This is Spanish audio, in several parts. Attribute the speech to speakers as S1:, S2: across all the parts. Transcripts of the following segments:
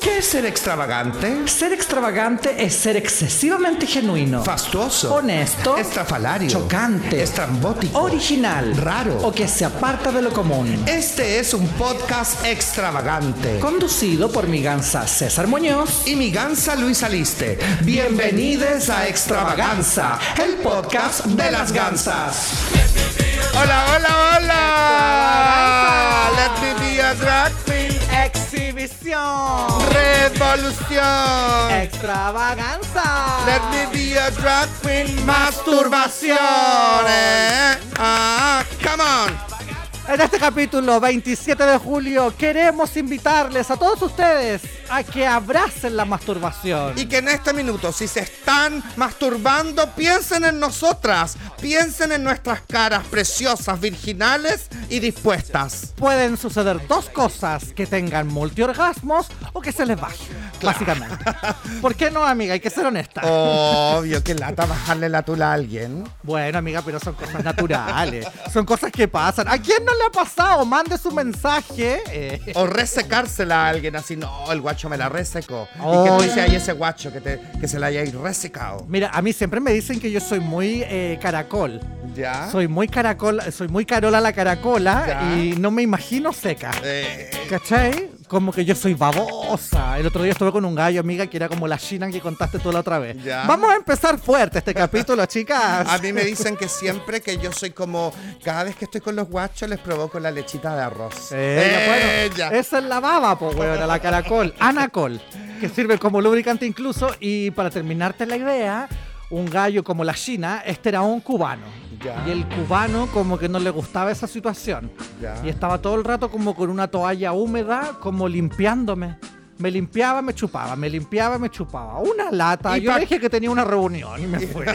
S1: ¿Qué es ser extravagante?
S2: Ser extravagante es ser excesivamente genuino,
S1: Fastuoso.
S2: Honesto.
S1: Estrafalario.
S2: Chocante.
S1: Estrambótico.
S2: original,
S1: Raro.
S2: o que se aparta de lo común.
S1: Este es un podcast extravagante.
S2: Conducido por mi ganza César Muñoz.
S1: y mi ganza Luis Aliste. Bienvenidos a Extravaganza, el podcast de las gansas. Hola, hola, hola. Let me be a drag queen.
S2: Exhibición.
S1: Revolución.
S2: Extravaganza.
S1: Let me be a drag queen. Masturbación. eh. Ah, come on.
S2: En este capítulo 27 de julio queremos invitarles a todos ustedes a que abracen la masturbación.
S1: Y que en este minuto, si se están masturbando, piensen en nosotras, piensen en nuestras caras preciosas, virginales y dispuestas.
S2: pueden suceder dos cosas, que tengan multiorgasmos o que se les baje, básicamente. ¿Por qué no, amiga? Hay que ser honesta.
S1: Obvio que lata bajarle la tula a alguien.
S2: Bueno, amiga, pero son cosas naturales, son cosas que pasan. ¿A quién no le ha pasado? Mande su mensaje. eh.
S1: O resecársela a alguien así, no, el guacho me la resecó. Y
S2: Ay.
S1: que tú seas ahí ese guacho que, te, que se la haya resecado.
S2: Mira, a mí siempre me dicen que yo soy muy eh, caracol.
S1: ¿Ya?
S2: Soy muy caracol, soy muy carola la caracola
S1: ¿Ah? Ya.
S2: y no me imagino seca.
S1: Eh,
S2: ¿Cachai? Como que yo soy babosa. El otro día estuve con un gallo, amiga, que era como la China que contaste tú la otra vez.
S1: Ya.
S2: Vamos a empezar fuerte este capítulo, chicas.
S1: a mí me dicen que siempre que yo soy como, cada vez que estoy con los guachos les provoco la lechita de arroz.
S2: Eh, ya,
S1: Ella.
S2: bueno, esa es la baba, pues, weón, la caracol. Anacol, que sirve como lubricante incluso. Y para terminarte la idea, un gallo como la China, este era un cubano.
S1: Ya.
S2: Y el cubano como que no le gustaba esa situación.
S1: Ya.
S2: Y estaba todo el rato como con una toalla húmeda, como limpiándome. Me limpiaba, me chupaba, me limpiaba, me chupaba. Una lata.
S1: Y
S2: Yo
S1: pa-
S2: le dije que tenía una reunión y me fui.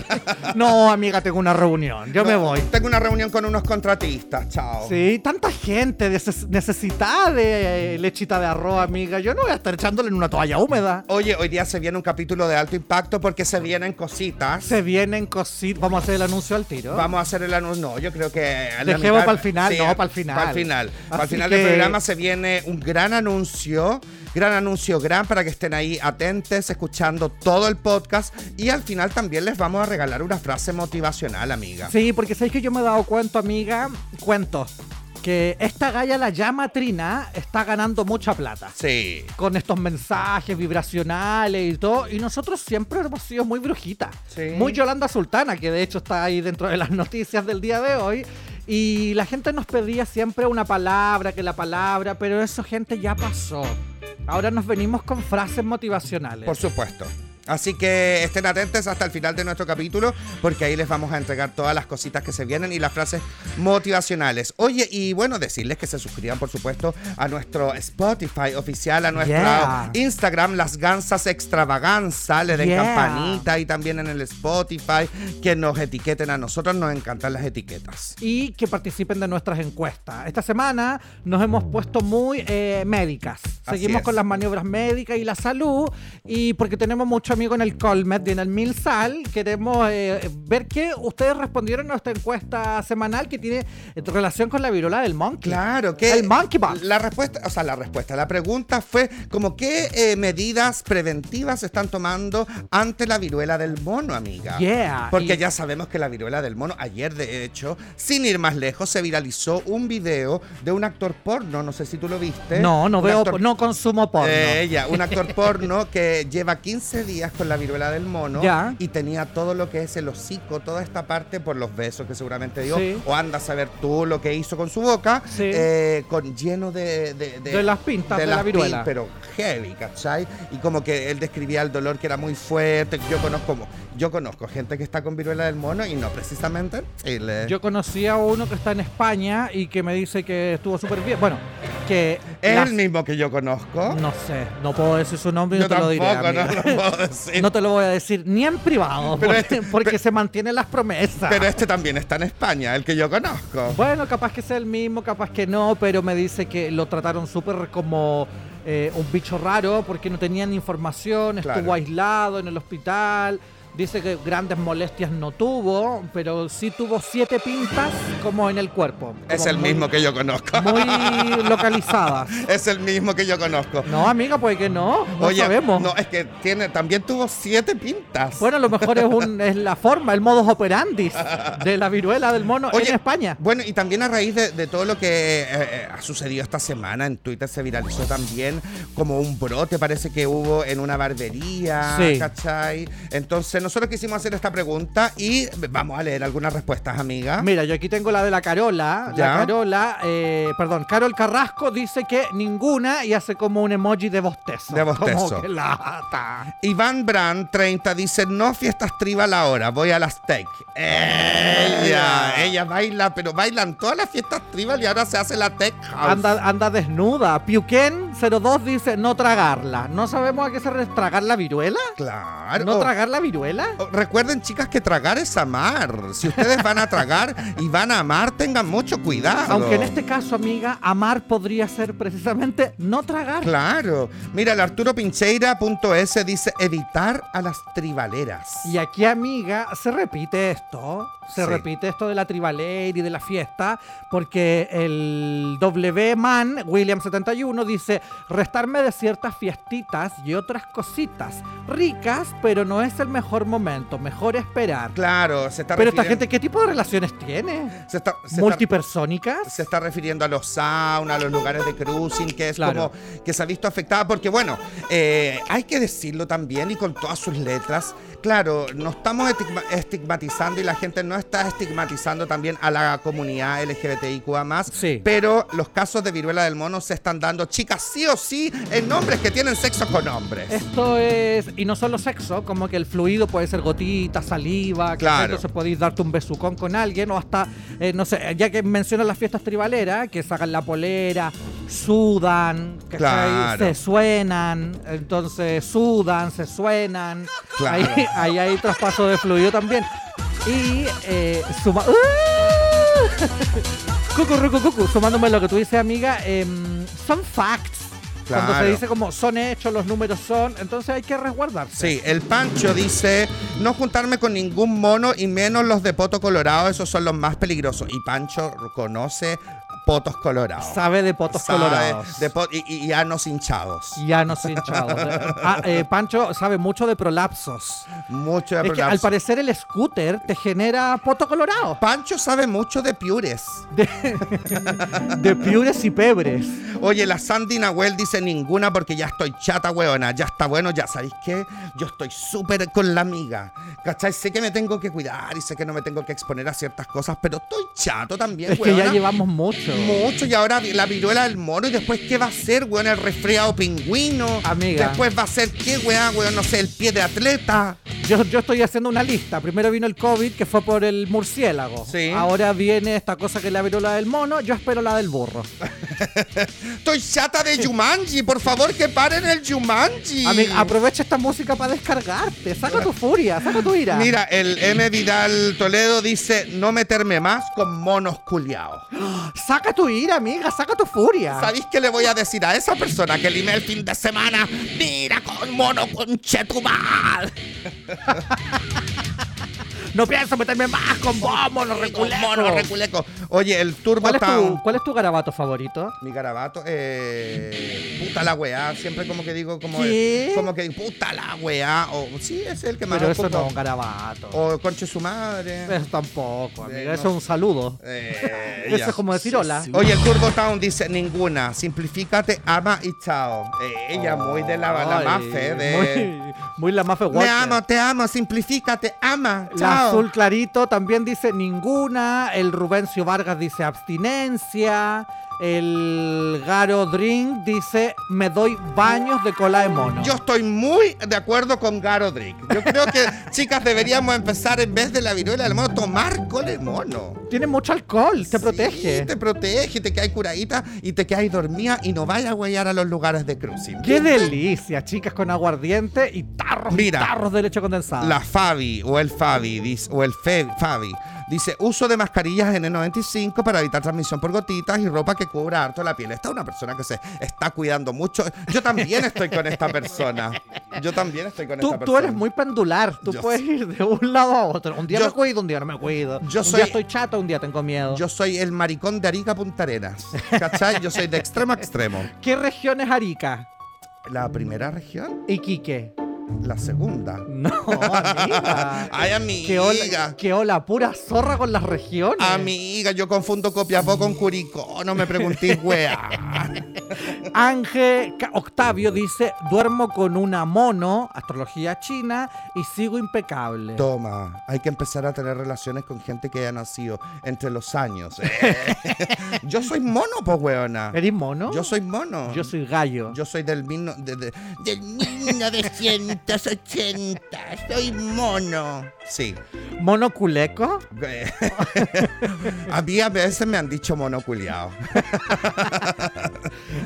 S2: no, amiga, tengo una reunión. Yo me
S1: No,
S2: voy.
S1: Tengo una reunión con unos contratistas, chao.
S2: Sí, tanta gente neces- necesitada de eh, lechita de arroz, amiga. Yo no voy a estar echándole en una toalla húmeda.
S1: Oye, hoy día se viene un capítulo de alto impacto porque se vienen cositas.
S2: Se vienen cositas. Vamos a hacer el anuncio al tiro.
S1: Vamos a hacer el anuncio. No, yo creo que. a la
S2: Dejemos
S1: mitad-
S2: pa'l final, no, pa'l final.
S1: Para final. Pa'l
S2: Así
S1: final
S2: que-
S1: del programa se viene un gran anuncio. Gran anuncio, gran para que estén ahí atentes, escuchando todo el podcast. Y al final también les vamos a regalar una frase motivacional, amiga.
S2: Sí, porque sabéis que yo me he dado cuenta, amiga, cuento, que esta galla, la llama Trina, está ganando mucha plata.
S1: Sí.
S2: Con estos mensajes vibracionales y todo. Y nosotros siempre hemos sido muy brujita.
S1: Sí.
S2: Muy Yolanda Sultana, que de hecho está ahí dentro de las noticias del día de hoy. Y la gente nos pedía siempre una palabra, que la palabra, pero eso, gente, ya pasó. Ahora nos venimos con frases motivacionales.
S1: Por supuesto. Así que estén atentos hasta el final de nuestro capítulo porque ahí les vamos a entregar todas las cositas que se vienen y las frases motivacionales. Oye, y bueno, decirles que se suscriban, por supuesto, a nuestro Spotify oficial, a
S2: Eh.
S1: nuestro
S2: Yeah.
S1: Instagram, Las Gansas Extravaganza, le den
S2: Yeah.
S1: campanita y también en el Spotify, que nos etiqueten a nosotros, nos encantan las etiquetas.
S2: y que participen de nuestras encuestas. Esta semana nos hemos puesto muy eh, médicas.
S1: Así
S2: Seguimos
S1: es.
S2: con las maniobras médicas y la salud. Y porque tenemos mucho amigo en el Colmet y en el Milsal, queremos eh, ver qué ustedes respondieron a nuestra encuesta semanal que tiene eh, relación con la viruela del monkey.
S1: Claro, que
S2: El monkey bug.
S1: La respuesta, o sea, la respuesta, la pregunta fue como qué eh, medidas preventivas se están tomando ante la viruela del mono, amiga.
S2: Yeah,
S1: Porque
S2: y-
S1: ya sabemos que la viruela del mono, ayer de hecho, sin ir más lejos, se viralizó un video de un actor porno, no sé si tú lo viste.
S2: No, no
S1: Un
S2: veo,
S1: actor-
S2: no consumo porno.
S1: Eh, Ella, un actor porno que lleva 15 días con la viruela del mono
S2: Ya.
S1: y tenía todo lo que es el hocico, toda esta parte por los besos que seguramente dio.
S2: Sí.
S1: O anda a saber tú lo que hizo con su boca,
S2: Sí.
S1: eh, con, lleno de, de,
S2: De las pintas de la
S1: las pin-
S2: viruela.
S1: pero heavy, ¿cachai? Y como que él describía el dolor que era muy fuerte. Yo conozco, yo conozco gente que está con viruela del mono y no precisamente él. eh,
S2: Yo conocí a uno que está en España y que me dice que estuvo súper bien. Bueno, que...
S1: es
S2: las-
S1: el mismo que yo conozco.
S2: No sé, no puedo decir su nombre y no te lo diré.
S1: tampoco, no
S2: amiga.
S1: lo puedo decir.
S2: No te lo voy a decir ni en privado,
S1: Pero
S2: porque,
S1: este-
S2: porque
S1: pero-
S2: se mantienen las promesas.
S1: Pero este también está en España, el que yo conozco.
S2: Bueno, capaz que sea el mismo, capaz que no, pero me dice que lo trataron súper como eh, un bicho raro porque no tenían información,
S1: Claro.
S2: estuvo aislado en el hospital. Dice que grandes molestias no tuvo, pero sí tuvo siete pintas como en el cuerpo.
S1: Es
S2: como
S1: el
S2: muy-
S1: mismo que yo conozco.
S2: Muy localizadas.
S1: Es el mismo que yo conozco.
S2: No, amiga, pues que no. No
S1: Oye,
S2: sabemos.
S1: no, es que tiene, también tuvo siete pintas.
S2: Bueno, a lo mejor es, un, es la forma, el modus operandis de la viruela del mono
S1: Oye,
S2: en España.
S1: Bueno, y también a raíz de, de todo lo que eh, eh, ha sucedido esta semana, en Twitter se viralizó también como un brote, parece que hubo en una barbería,
S2: Sí.
S1: ¿cachai? Entonces, nosotros quisimos hacer esta pregunta y vamos a leer algunas respuestas, amiga.
S2: Mira, yo aquí tengo la de la Carola.
S1: ¿ah? Ya.
S2: La Carola, eh, perdón, Carol Carrasco dice que ninguna y hace como un emoji de bostezo.
S1: De bostezo.
S2: Como que lata.
S1: Iván Brand, 30, dice, no fiestas tribal ahora, voy a las tech. Ella, ella baila, pero bailan todas las fiestas tribal y ahora se hace la tech house.
S2: Anda, anda desnuda. Piuquén02 dice no tragarla. No sabemos a qué se refiere. ¿Tragar la viruela?
S1: Claro.
S2: ¿No tragar la viruela?
S1: Oh, Recuerden, chicas, que tragar es amar. Si ustedes van a tragar y van a amar, tengan mucho cuidado.
S2: Aunque en este caso, amiga, amar podría ser precisamente no tragar.
S1: Claro. Mira, el arturopincheira.es dice evitar a las tribaleras.
S2: Y aquí, amiga, se repite esto. Se
S1: Sí.
S2: repite esto de la tribalera y de la fiesta, porque el W-Man, William71, dice: restarme de ciertas fiestitas y otras cositas ricas, pero no es el mejor momento. Mejor esperar.
S1: Claro, se está
S2: Pero esta
S1: refiriendo-
S2: gente, ¿qué tipo de relaciones tiene?
S1: se está- se está-
S2: ¿Multipersónicas?
S1: se está refiriendo a los sauna, a los lugares de cruising, que es
S2: Claro.
S1: como que se ha visto afectada, porque bueno, eh, hay que decirlo también y con todas sus letras, claro, no estamos estigma- estigmatizando y la gente no está estigmatizando también a la comunidad LGBTIQA más,
S2: Sí.
S1: pero los casos de viruela del mono se están dando, chicas, sí o sí, en hombres que tienen sexo con hombres.
S2: Esto es, y no solo sexo, como que el fluido puede ser gotita, saliva, ¿cachai?
S1: Claro.
S2: entonces podéis darte un besucón con alguien o hasta, eh, no sé, ya que mencionas las fiestas tribaleras, que sacan la polera, sudan, ¿cachai?
S1: Claro.
S2: se suenan, entonces sudan, se suenan,
S1: Claro.
S2: ahí, ahí hay traspaso de fluido también. Y eh, suma... ¡Uh! Cucu, rucu, cucu. Sumándome a lo que tú dices, amiga, em, son facts. Cuando se
S1: Claro.
S2: dice como son hechos, los números son, entonces hay que resguardarse.
S1: Sí, el Pancho dice no juntarme con ningún mono y menos los de poto colorado, esos son los más peligrosos. Y Pancho conoce potos colorados.
S2: Sabe de potos
S1: Sabe
S2: colorados.
S1: de po- y, y- y anos hinchados.
S2: Ya no sé, hinchados. Ah, eh, Pancho sabe mucho de prolapsos.
S1: Mucho de
S2: Es que al
S1: prolapso.
S2: parecer el scooter te genera poto colorado.
S1: Pancho sabe mucho de piures.
S2: De, de piures y pebres.
S1: Oye, la Sandy Nahuel dice ninguna porque ya estoy chata, weona. Ya está bueno, ya sabéis qué. Yo estoy súper con la amiga. ¿Cachai? Sé que me tengo que cuidar y sé que no me tengo que exponer a ciertas cosas, pero estoy chato también,
S2: Es que ya
S1: weona.
S2: llevamos mucho.
S1: mucho y ahora vi- la viruela del mono y después qué va a ser, weón, el resfriado pingüino.
S2: Amiga.
S1: Después va a ser qué, weón, weón, no sé, el pie de atleta.
S2: Yo, yo estoy haciendo una lista. Primero vino el COVID, que fue por el murciélago.
S1: Sí.
S2: Ahora viene esta cosa que es la viruela del mono. Yo espero la del burro.
S1: Estoy chata de Jumanji, por favor, que paren el Jumanji.
S2: Ami- aprovecha esta música para descargarte. Saca tu furia, saca tu ira.
S1: Mira, el M. Vidal Toledo dice no meterme más con monos culiados.
S2: Saca tu ira, amiga, saca tu furia.
S1: ¿Sabéis qué le voy a decir a esa persona que limé el fin de semana? Mira con mono con chetumal.
S2: No pienso meterme más con vos, mono reculeco.
S1: Mono reculeco. Oye, el Turbo
S2: ¿Cuál es,
S1: Town.
S2: tu, ¿Cuál es tu garabato favorito?
S1: Mi garabato, eh, puta la weá, siempre como que digo, como,
S2: ¿Qué?
S1: como que digo, puta la weá, o sí, es el que más
S2: Pero eso
S1: ocupo.
S2: no es un garabato.
S1: O conche su madre.
S2: Eso tampoco, amiga.
S1: Eh, Oh. no.
S2: Eso es un saludo.
S1: Eh,
S2: Eso
S1: ya.
S2: es como decir hola.
S1: Oye, el Turbo Town dice ninguna, simplifícate, ama y chao. Eh, ella muy de la, la
S2: Ay,
S1: mafe de...
S2: Muy, muy la mafe
S1: Me
S2: Walker.
S1: amo, te amo, simplifícate, ama,
S2: La
S1: chao.
S2: azul clarito también dice ninguna. El Rubencio Vargas dice abstinencia. El Garo Drink dice me doy baños de cola de mono.
S1: Yo estoy muy de acuerdo con Garo Drake. Yo creo que, chicas, deberíamos empezar en vez de la viruela del mono, tomar cole mono.
S2: Tiene mucho alcohol, te
S1: Sí,
S2: protege.
S1: te protege, te quedas curadita y te quedas dormida y no vayas a huellar a los lugares de cruising.
S2: ¡Qué delicia! Chicas con aguardiente y tarros,
S1: Mira,
S2: y tarros de leche condensada.
S1: La Fabi o el Fabi dice- o el Fe- Fabi dice uso de mascarillas N95 para evitar transmisión por gotitas y ropa que cubra harto la piel. Esta es una persona que se está cuidando mucho. Yo también estoy con esta persona. Yo también estoy con
S2: Tú,
S1: esta persona.
S2: tú eres muy pendular, tú
S1: Yo
S2: puedes ir de un lado a otro. Un día
S1: Yo-
S2: me cuido, un día no me cuido.
S1: Yo
S2: un
S1: soy-
S2: día estoy chato, un día tengo miedo.
S1: Yo soy el maricón de Arica Punta Arenas. ¿Cachai? Yo soy de extremo a extremo.
S2: ¿Qué región es Arica?
S1: La primera región,
S2: Iquique.
S1: la segunda.
S2: No, amiga.
S1: Ay, amiga.
S2: qué, ola, qué ola pura zorra con las regiones.
S1: Amiga, yo confundo Copiapó con Curicó. No me preguntéis, weá.
S2: Ángel Ca- Octavio dice, duermo con una mono, astrología china, y sigo impecable.
S1: Toma, hay que empezar a tener relaciones con gente que haya nacido entre los años. eh. yo soy mono, po, weona.
S2: ¿Eres mono?
S1: Yo soy mono.
S2: ¿Eh? Yo soy gallo.
S1: Yo soy del, mil no- de- de- del 1980. Soy mono. Sí.
S2: ¿Mono culeco?
S1: Eh, a mí a veces me han dicho monoculeado.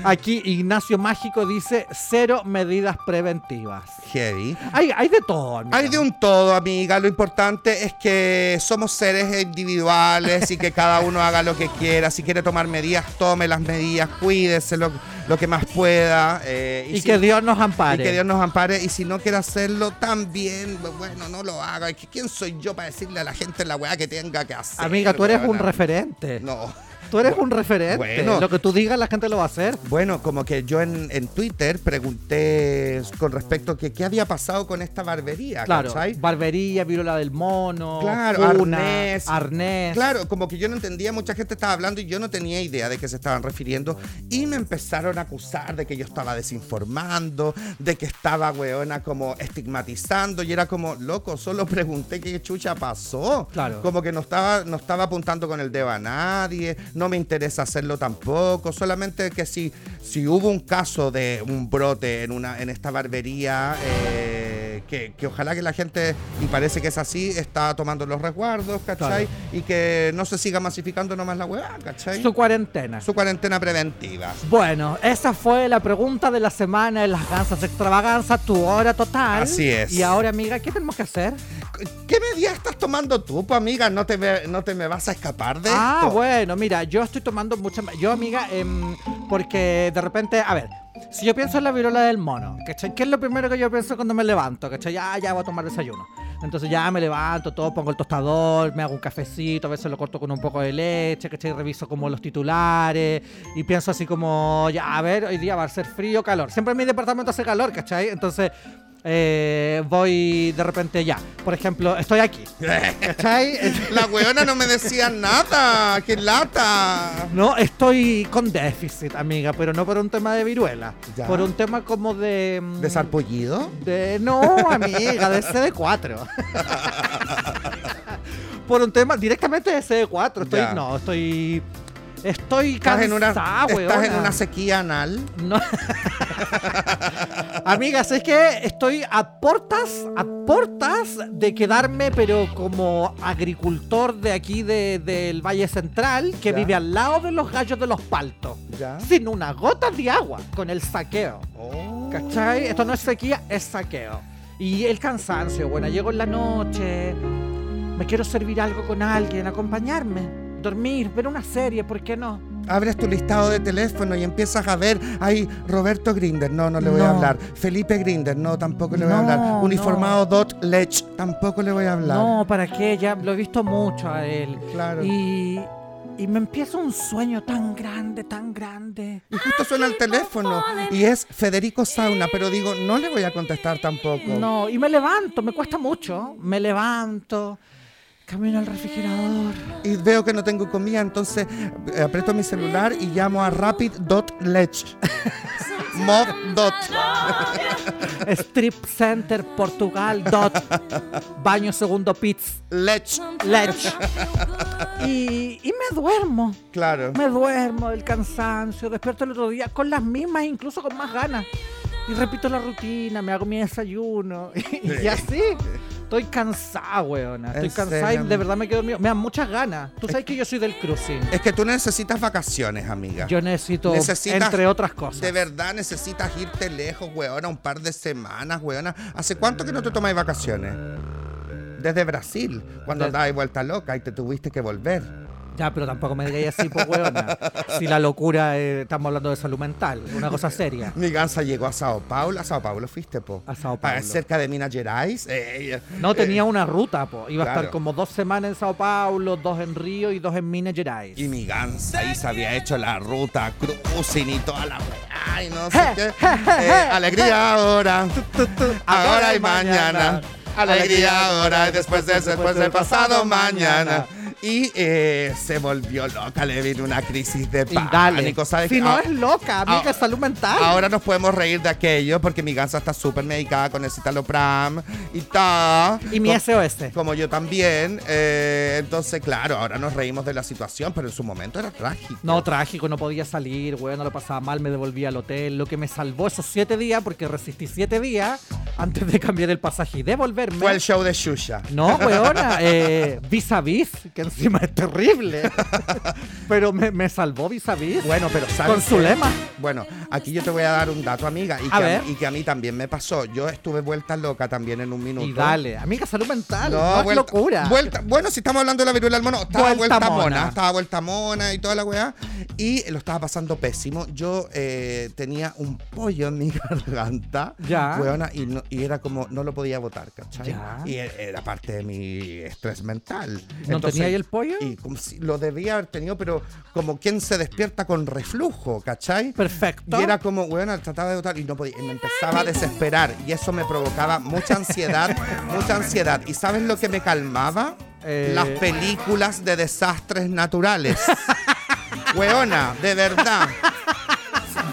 S2: Aquí Ignacio Mágico dice, cero medidas preventivas.
S1: Heavy.
S2: Hay, hay de todo, amigo.
S1: Hay de un todo, amiga. Lo importante es que somos seres individuales y que cada uno haga lo que quiera. Si quiere tomar medidas, tome las medidas, cuídese lo, lo que más pueda. eh,
S2: Y
S1: si-
S2: que Dios nos
S1: y
S2: ampare.
S1: que Dios nos ampare. Y si no quiere hacerlo, también, bueno, no lo haga. Es que ¿Quién soy yo para decirle a la gente la weá que tenga que hacer?
S2: Amiga, tú eres un
S1: weona?
S2: referente.
S1: No.
S2: Tú eres un referente.
S1: bueno.
S2: Lo que tú digas la gente lo va a hacer.
S1: Bueno, como que yo en, en Twitter pregunté con respecto que qué había pasado con esta barbería,
S2: Claro.
S1: ¿cachai?
S2: Barbería, viruela del mono,
S1: Claro,
S2: cuna,
S1: arnés.
S2: arnés.
S1: Claro, como que yo no entendía, mucha gente estaba hablando y yo no tenía idea de qué se estaban refiriendo y me empezaron a acusar de que yo estaba desinformando, de que estaba weona como estigmatizando y era como, loco, solo pregunté qué chucha pasó.
S2: Claro.
S1: Como que no estaba, no estaba apuntando con el dedo a nadie, no me interesa hacerlo tampoco, solamente que si, si hubo un caso de un brote en, una, en esta barbería... eh, que, que ojalá que la gente, y parece que es así, está tomando los resguardos, ¿cachai?
S2: Claro.
S1: y que no se siga masificando nomás la weá, ¿cachai?
S2: Su
S1: Su,
S2: cuarentena.
S1: cuarentena preventiva.
S2: Bueno, esa fue la pregunta de la semana en las gansas extravaganza, tu hora total.
S1: Así es.
S2: Y ahora, amiga, ¿qué tenemos que hacer?
S1: ¿Qué medida estás tomando tú, pues, amiga? ¿No te, ve- no te me vas a escapar de
S2: ah,
S1: esto?
S2: bueno, mira, yo estoy tomando mucha. Yo, amiga, em, porque de repente, a ver. Si yo pienso en la virola del mono, ¿cachai? ¿Qué es lo primero que yo pienso cuando me levanto? ¿Cachai? Ya, ya voy a tomar desayuno. Entonces ya me levanto, todo, pongo el tostador, me hago un cafecito, a veces lo corto con un poco de leche, ¿cachai? Reviso como los titulares y pienso así como, ya, a ver, hoy día va a ser frío o calor. Siempre en mi departamento hace calor, ¿cachai? Entonces eh, voy de repente ya. Por ejemplo, estoy aquí, ¿cachai?
S1: La weona no me decía nada. ¡Qué lata!
S2: No, estoy con déficit, amiga, pero no por un tema de viruela.
S1: Ya.
S2: Por un tema como de. mm,
S1: ¿De sarpullido?
S2: de- no, amiga, de CD4. por un tema directamente de CD4. Estoy,
S1: Ya.
S2: No, estoy. Estoy
S1: Estás
S2: cansada,
S1: en, una, estás en
S2: weona.
S1: una sequía anal.
S2: No. Amigas, es que estoy a portas, a portas de quedarme, pero como agricultor de aquí de- del Valle Central, que
S1: Ya. Ah.
S2: vive al lado de los gallos de los paltos,
S1: Ya.
S2: sin una gota de agua, con el saqueo.
S1: Oh.
S2: ¿Cachai? Esto no es sequía, es saqueo. Y el cansancio, bueno, llego en la noche, me quiero servir algo con alguien, acompañarme, dormir, ver una serie, ¿por qué no?
S1: Abres tu listado de teléfono y empiezas a ver. Ahí, Roberto Grinder, no, no le voy a
S2: No.
S1: hablar. Felipe Grinder, no, tampoco le voy a
S2: No,
S1: hablar.
S2: no.
S1: Uniformado Dot Lech, tampoco le voy a hablar.
S2: No, ¿para qué? Ya lo he visto mucho a él.
S1: Claro.
S2: Y, y me empieza un sueño tan grande, tan grande.
S1: Y justo suena el teléfono y es Federico Sauna, pero digo, no le voy a contestar tampoco.
S2: No, y me levanto, me cuesta mucho. Me levanto, camino al refrigerador.
S1: Y veo que no tengo comida, entonces eh, aprieto mi celular y llamo a rapid.lech. Mod. dot.
S2: Strip Center Portugal. Dot, baño segundo pits.
S1: Lech.
S2: Lech. Y, y me duermo.
S1: Claro.
S2: Me duermo del cansancio, despierto el otro día con las mismas, incluso con más ganas. Y repito la rutina, me hago mi desayuno. Y, así. Estoy cansada, weona. Estoy
S1: En
S2: cansada
S1: serio,
S2: y de verdad me quedo dormido. Me dan muchas ganas. Tú sabes que yo soy del cruising.
S1: Es que tú necesitas vacaciones, amiga.
S2: Yo necesito,
S1: Necesitas-
S2: entre otras cosas.
S1: De verdad necesitas irte lejos, weona, un par de semanas, weona. ¿Hace cuánto que no te tomáis vacaciones? Desde Brasil, cuando
S2: Desde-
S1: andabas vuelta loca y te tuviste que volver.
S2: Ya, pero tampoco me digáis así, pues, weona. Si la locura, eh, estamos hablando de salud mental, una cosa seria.
S3: Mi gansa llegó a Sao Paulo. A Sao Paulo fuiste, po.
S2: A Sao
S3: Pa-
S1: Ah,
S2: Paulo.
S3: cerca de Minas Gerais. Eh, eh,
S2: No tenía una ruta, po. Iba a
S3: claro.
S2: estar como dos semanas en Sao Paulo, dos en Río y dos en Minas Gerais.
S3: Y mi gansa ahí se había hecho la ruta cruising y toda la weá y no sé
S2: Je,
S3: qué.
S2: je, je,
S3: Eh,
S2: je.
S3: alegría ahora, ahora y mañana.
S2: mañana.
S3: Alegría
S2: Alegría
S3: ahora y después de después del pasado mañana. Y eh, se volvió loca, le vino una crisis de
S2: Y
S3: pánico.
S2: dale.
S3: ¿sabes
S2: si
S3: qué?
S2: no
S3: Ah,
S2: es loca, amiga,
S3: ah,
S2: es salud mental.
S3: Ahora nos podemos reír de aquello porque mi gansa está súper medicada con el citalopram y tal.
S2: y mi
S3: Con-
S2: SOS.
S3: como yo también. eh, entonces, claro, ahora nos reímos de la situación, pero en su momento era trágico.
S2: No, trágico, no podía salir, weón, no lo pasaba mal, me devolví al hotel. Lo que me salvó esos siete días, porque resistí siete días antes de cambiar el pasaje y devolverme.
S3: Fue el show de Shusha.
S2: No, weona, eh, vis a vis, que encima es terrible. Pero me, me salvó vis a vis.
S3: Bueno, pero ¿sabes
S2: Con su
S3: qué?
S2: lema.
S3: Bueno, aquí yo te voy a dar un dato, amiga, y,
S2: A
S3: que,
S2: ver.
S3: mí- y que a mí también me pasó. Yo estuve vuelta loca también en un minuto.
S2: Y dale, amiga, salud mental, no, es
S3: vuelta-
S2: locura.
S3: vuelta- bueno, si estamos hablando de la viruela del mono, estaba vuelta,
S2: Vuelta
S3: mona.
S2: mona.
S3: estaba vuelta mona y toda la weá. Y lo estaba pasando pésimo. Yo eh, tenía un pollo en mi garganta,
S2: Ya.
S3: weona, y, no- y era como, no lo podía botar, ¿cachai?
S2: Ya.
S3: Y e- era parte de mi estrés mental.
S2: ¿No tenía ahí el pollo?
S3: Y como si- lo debía haber tenido, pero como quien se despierta con reflujo, ¿cachai?
S2: Perfecto.
S3: Y era como, bueno, trataba de votar y no podía. Y me empezaba a desesperar. Y eso me provocaba mucha ansiedad, mucha ansiedad. ¿Y sabes lo que me calmaba?
S2: Eh.
S3: Las películas de desastres naturales. Weona, de verdad.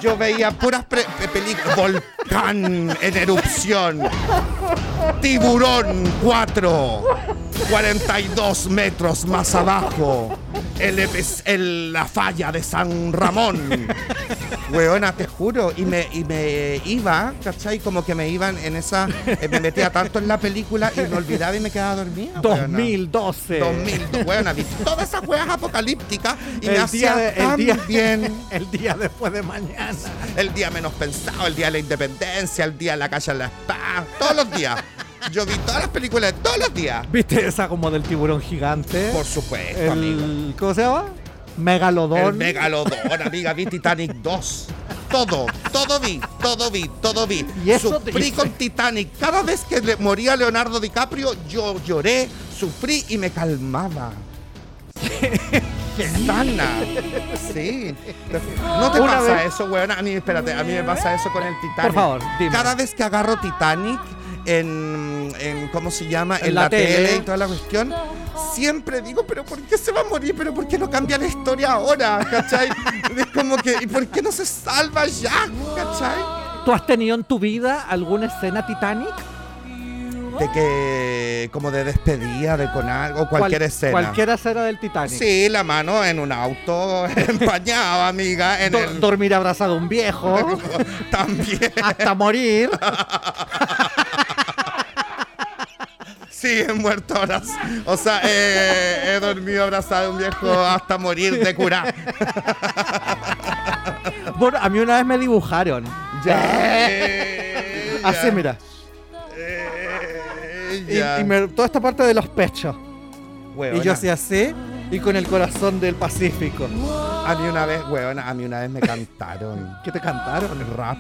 S3: Yo veía puras pre- pe- películas. Volcán en erupción. Tiburón 4. 42 metros más abajo. El, epi- el- la falla de San Ramón. Weona, te juro. Y me, y me iba, ¿cachai? Como que me iban en esa. eh, Me metía tanto en la película y me olvidaba y me quedaba dormida. weona.
S2: 2012.
S3: 2000, weona, vi todas esas weas apocalípticas y me
S2: el día,
S3: hacía
S2: de- el,
S3: tan
S2: día
S3: bien.
S2: el día después de mañana.
S3: El día menos pensado, el día de la independencia, el día de la calle en la espada, todos los días. Yo vi todas las películas de todos los días.
S2: ¿Viste esa como del tiburón gigante?
S3: Por supuesto, amigo.
S2: el, ¿Cómo se llama? Megalodón.
S3: El megalodón, amiga, vi Titanic 2. Todo, todo vi, todo vi, todo vi.
S2: Y eso
S3: sufrí
S2: dice.
S3: con Titanic. Cada vez que le- moría Leonardo DiCaprio, yo lloré, sufrí y me calmaba. Sana. Sí. ¿No te
S2: Una
S3: pasa
S2: vez-
S3: eso, weón? A mí, espérate, a mí me pasa eso con el Titanic.
S2: Por favor, dime.
S3: Cada vez que agarro Titanic en, en ¿cómo se llama? En,
S2: En
S3: la,
S2: la
S3: tele.
S2: tele.
S3: y toda la cuestión, siempre digo, pero ¿por qué se va a morir? ¿Pero por qué no cambia la historia ahora? ¿Cachai? es como que, ¿y por qué no se salva ya? ¿Cachai?
S2: ¿Tú has tenido en tu vida alguna escena Titanic?
S3: De que, como de despedida, de con algo, cualquier
S2: Cual-
S3: escena.
S2: Cualquier escena del Titanic.
S3: Sí, la mano en un auto, empañado, amiga, en
S2: Do-
S3: el...
S2: Dormir abrazado a un viejo
S3: También,
S2: hasta morir.
S3: sí, he muerto horas. O sea, eh, he dormido abrazado a un viejo hasta morir de curar.
S2: Bueno, a mí una vez me dibujaron.
S3: Ya.
S2: Así, mira.
S3: Eh,
S2: Y,
S3: ya.
S2: y me- toda esta parte de los pechos.
S3: Huevona,
S2: Y yo hacía así y con el corazón del Pacífico.
S3: A mí una vez, huevona, a mí una vez me cantaron
S2: ¿Qué te cantaron?
S3: rap.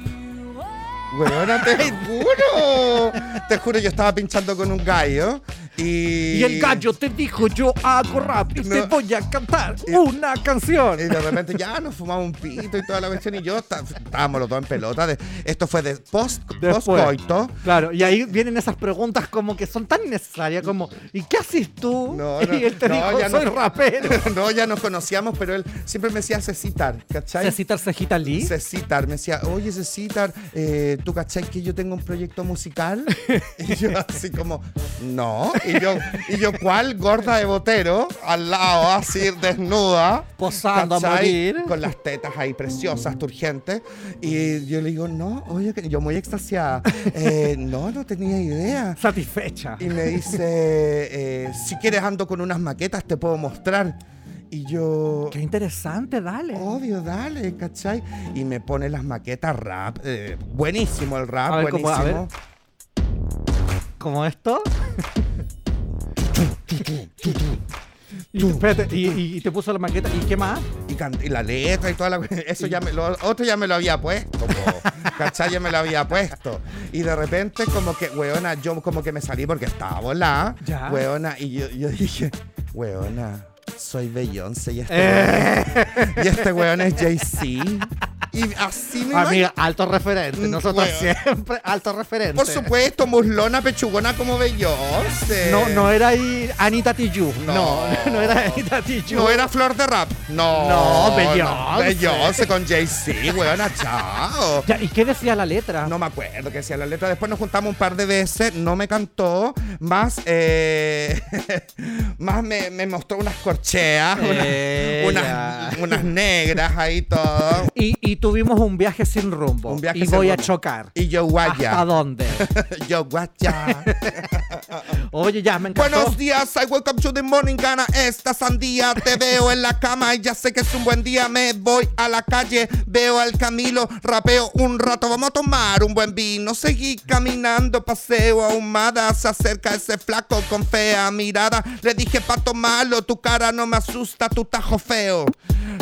S3: Huevona, te juro. Te juro, yo estaba pinchando con un gallo y...
S2: Y el gallo te dijo, yo hago rap y te
S3: No.
S2: voy a cantar una canción.
S3: Y de repente ya nos fumamos un pito y toda la cuestión y yo ta- estábamos los dos en pelota. de- esto fue de post,
S2: Después.
S3: postcoito.
S2: Claro, y ahí vienen esas preguntas como que son tan innecesarias como ¿y qué haces tú?
S3: No, no,
S2: y él te
S3: no,
S2: dijo,
S3: ya no.
S2: soy rapero.
S3: no, ya nos conocíamos, pero él siempre me decía Cecitar, ¿cachai?
S2: ¿Necesitas cejita Lee?
S3: Cecitar, me decía, oye Cecitar, eh, ¿tú cachai que yo tengo un proyecto musical? Y yo así como, no. Y yo, y yo ¿cuál? Gorda de botero, al lado, así desnuda.
S2: Posando a morir.
S3: Con las tetas ahí preciosas, turgentes. Y yo le digo, no, oye, que yo muy extasiada. "Eh, no, no tenía idea.
S2: Satisfecha.
S3: Y me dice, eh, si quieres ando con unas maquetas, te puedo mostrar. Y yo,
S2: Qué interesante, dale.
S3: Obvio, dale, ¿cachai? Y me pone las maquetas rap. eh, buenísimo el rap,
S2: A ver, ¿cómo?
S3: buenísimo.
S2: A ¿Como esto? Y, espérate, y, y- y te puso la maqueta. ¿Y qué más?
S3: Y, can- y la letra y toda la. Eso ya me, lo otro ya me lo había puesto, po. ¿cachai? Ya me lo había puesto. Y de repente, como que, weona, yo como que me salí porque estaba volada.
S2: Ya.
S3: Weona, y yo, yo dije, weona, soy Beyoncé y este,
S2: Eh.
S3: weón, es- y este weón es Jay-Z. Y así me
S2: Amiga, Ah, alto referente.
S3: Mm,
S2: Nosotros
S3: weón.
S2: siempre, alto referente.
S3: Por supuesto, muslona, pechugona como Beyoncé.
S2: No, no era ahí Anita Tijoux. No.
S3: Eh, No.
S2: no, era Anita Tijoux.
S3: No era flor de rap. No.
S2: No, Beyoncé.
S3: Beyoncé con Jay-Z, weona, chao.
S2: Ya, ¿Y qué decía la letra?
S3: No me acuerdo que decía la letra. Después nos juntamos un par de veces, no me cantó, más, eh, más me, me mostró unas corcheas, unas-
S2: Eh,
S3: unas,
S2: ya.
S3: unas negras ahí todo.
S2: Y, y tuvimos un viaje sin rumbo.
S3: Un viaje
S2: y
S3: sin
S2: voy a
S3: rumbo.
S2: chocar.
S3: Y yo
S2: ¿Hasta
S3: guaya.
S2: dónde?
S3: yo guaya.
S2: Oye, ya, me encantó.
S3: Buenos días, I welcome to the morning, gana esta sandía. Te veo en la cama y ya sé que es un buen día. Me voy a la calle, veo al Camilo, rapeo un rato. Vamos a tomar un buen vino. Seguí caminando, paseo ahumada. Se acerca ese flaco con fea mirada. Le dije, pato malo, tu cara no me asusta, tu tajo feo.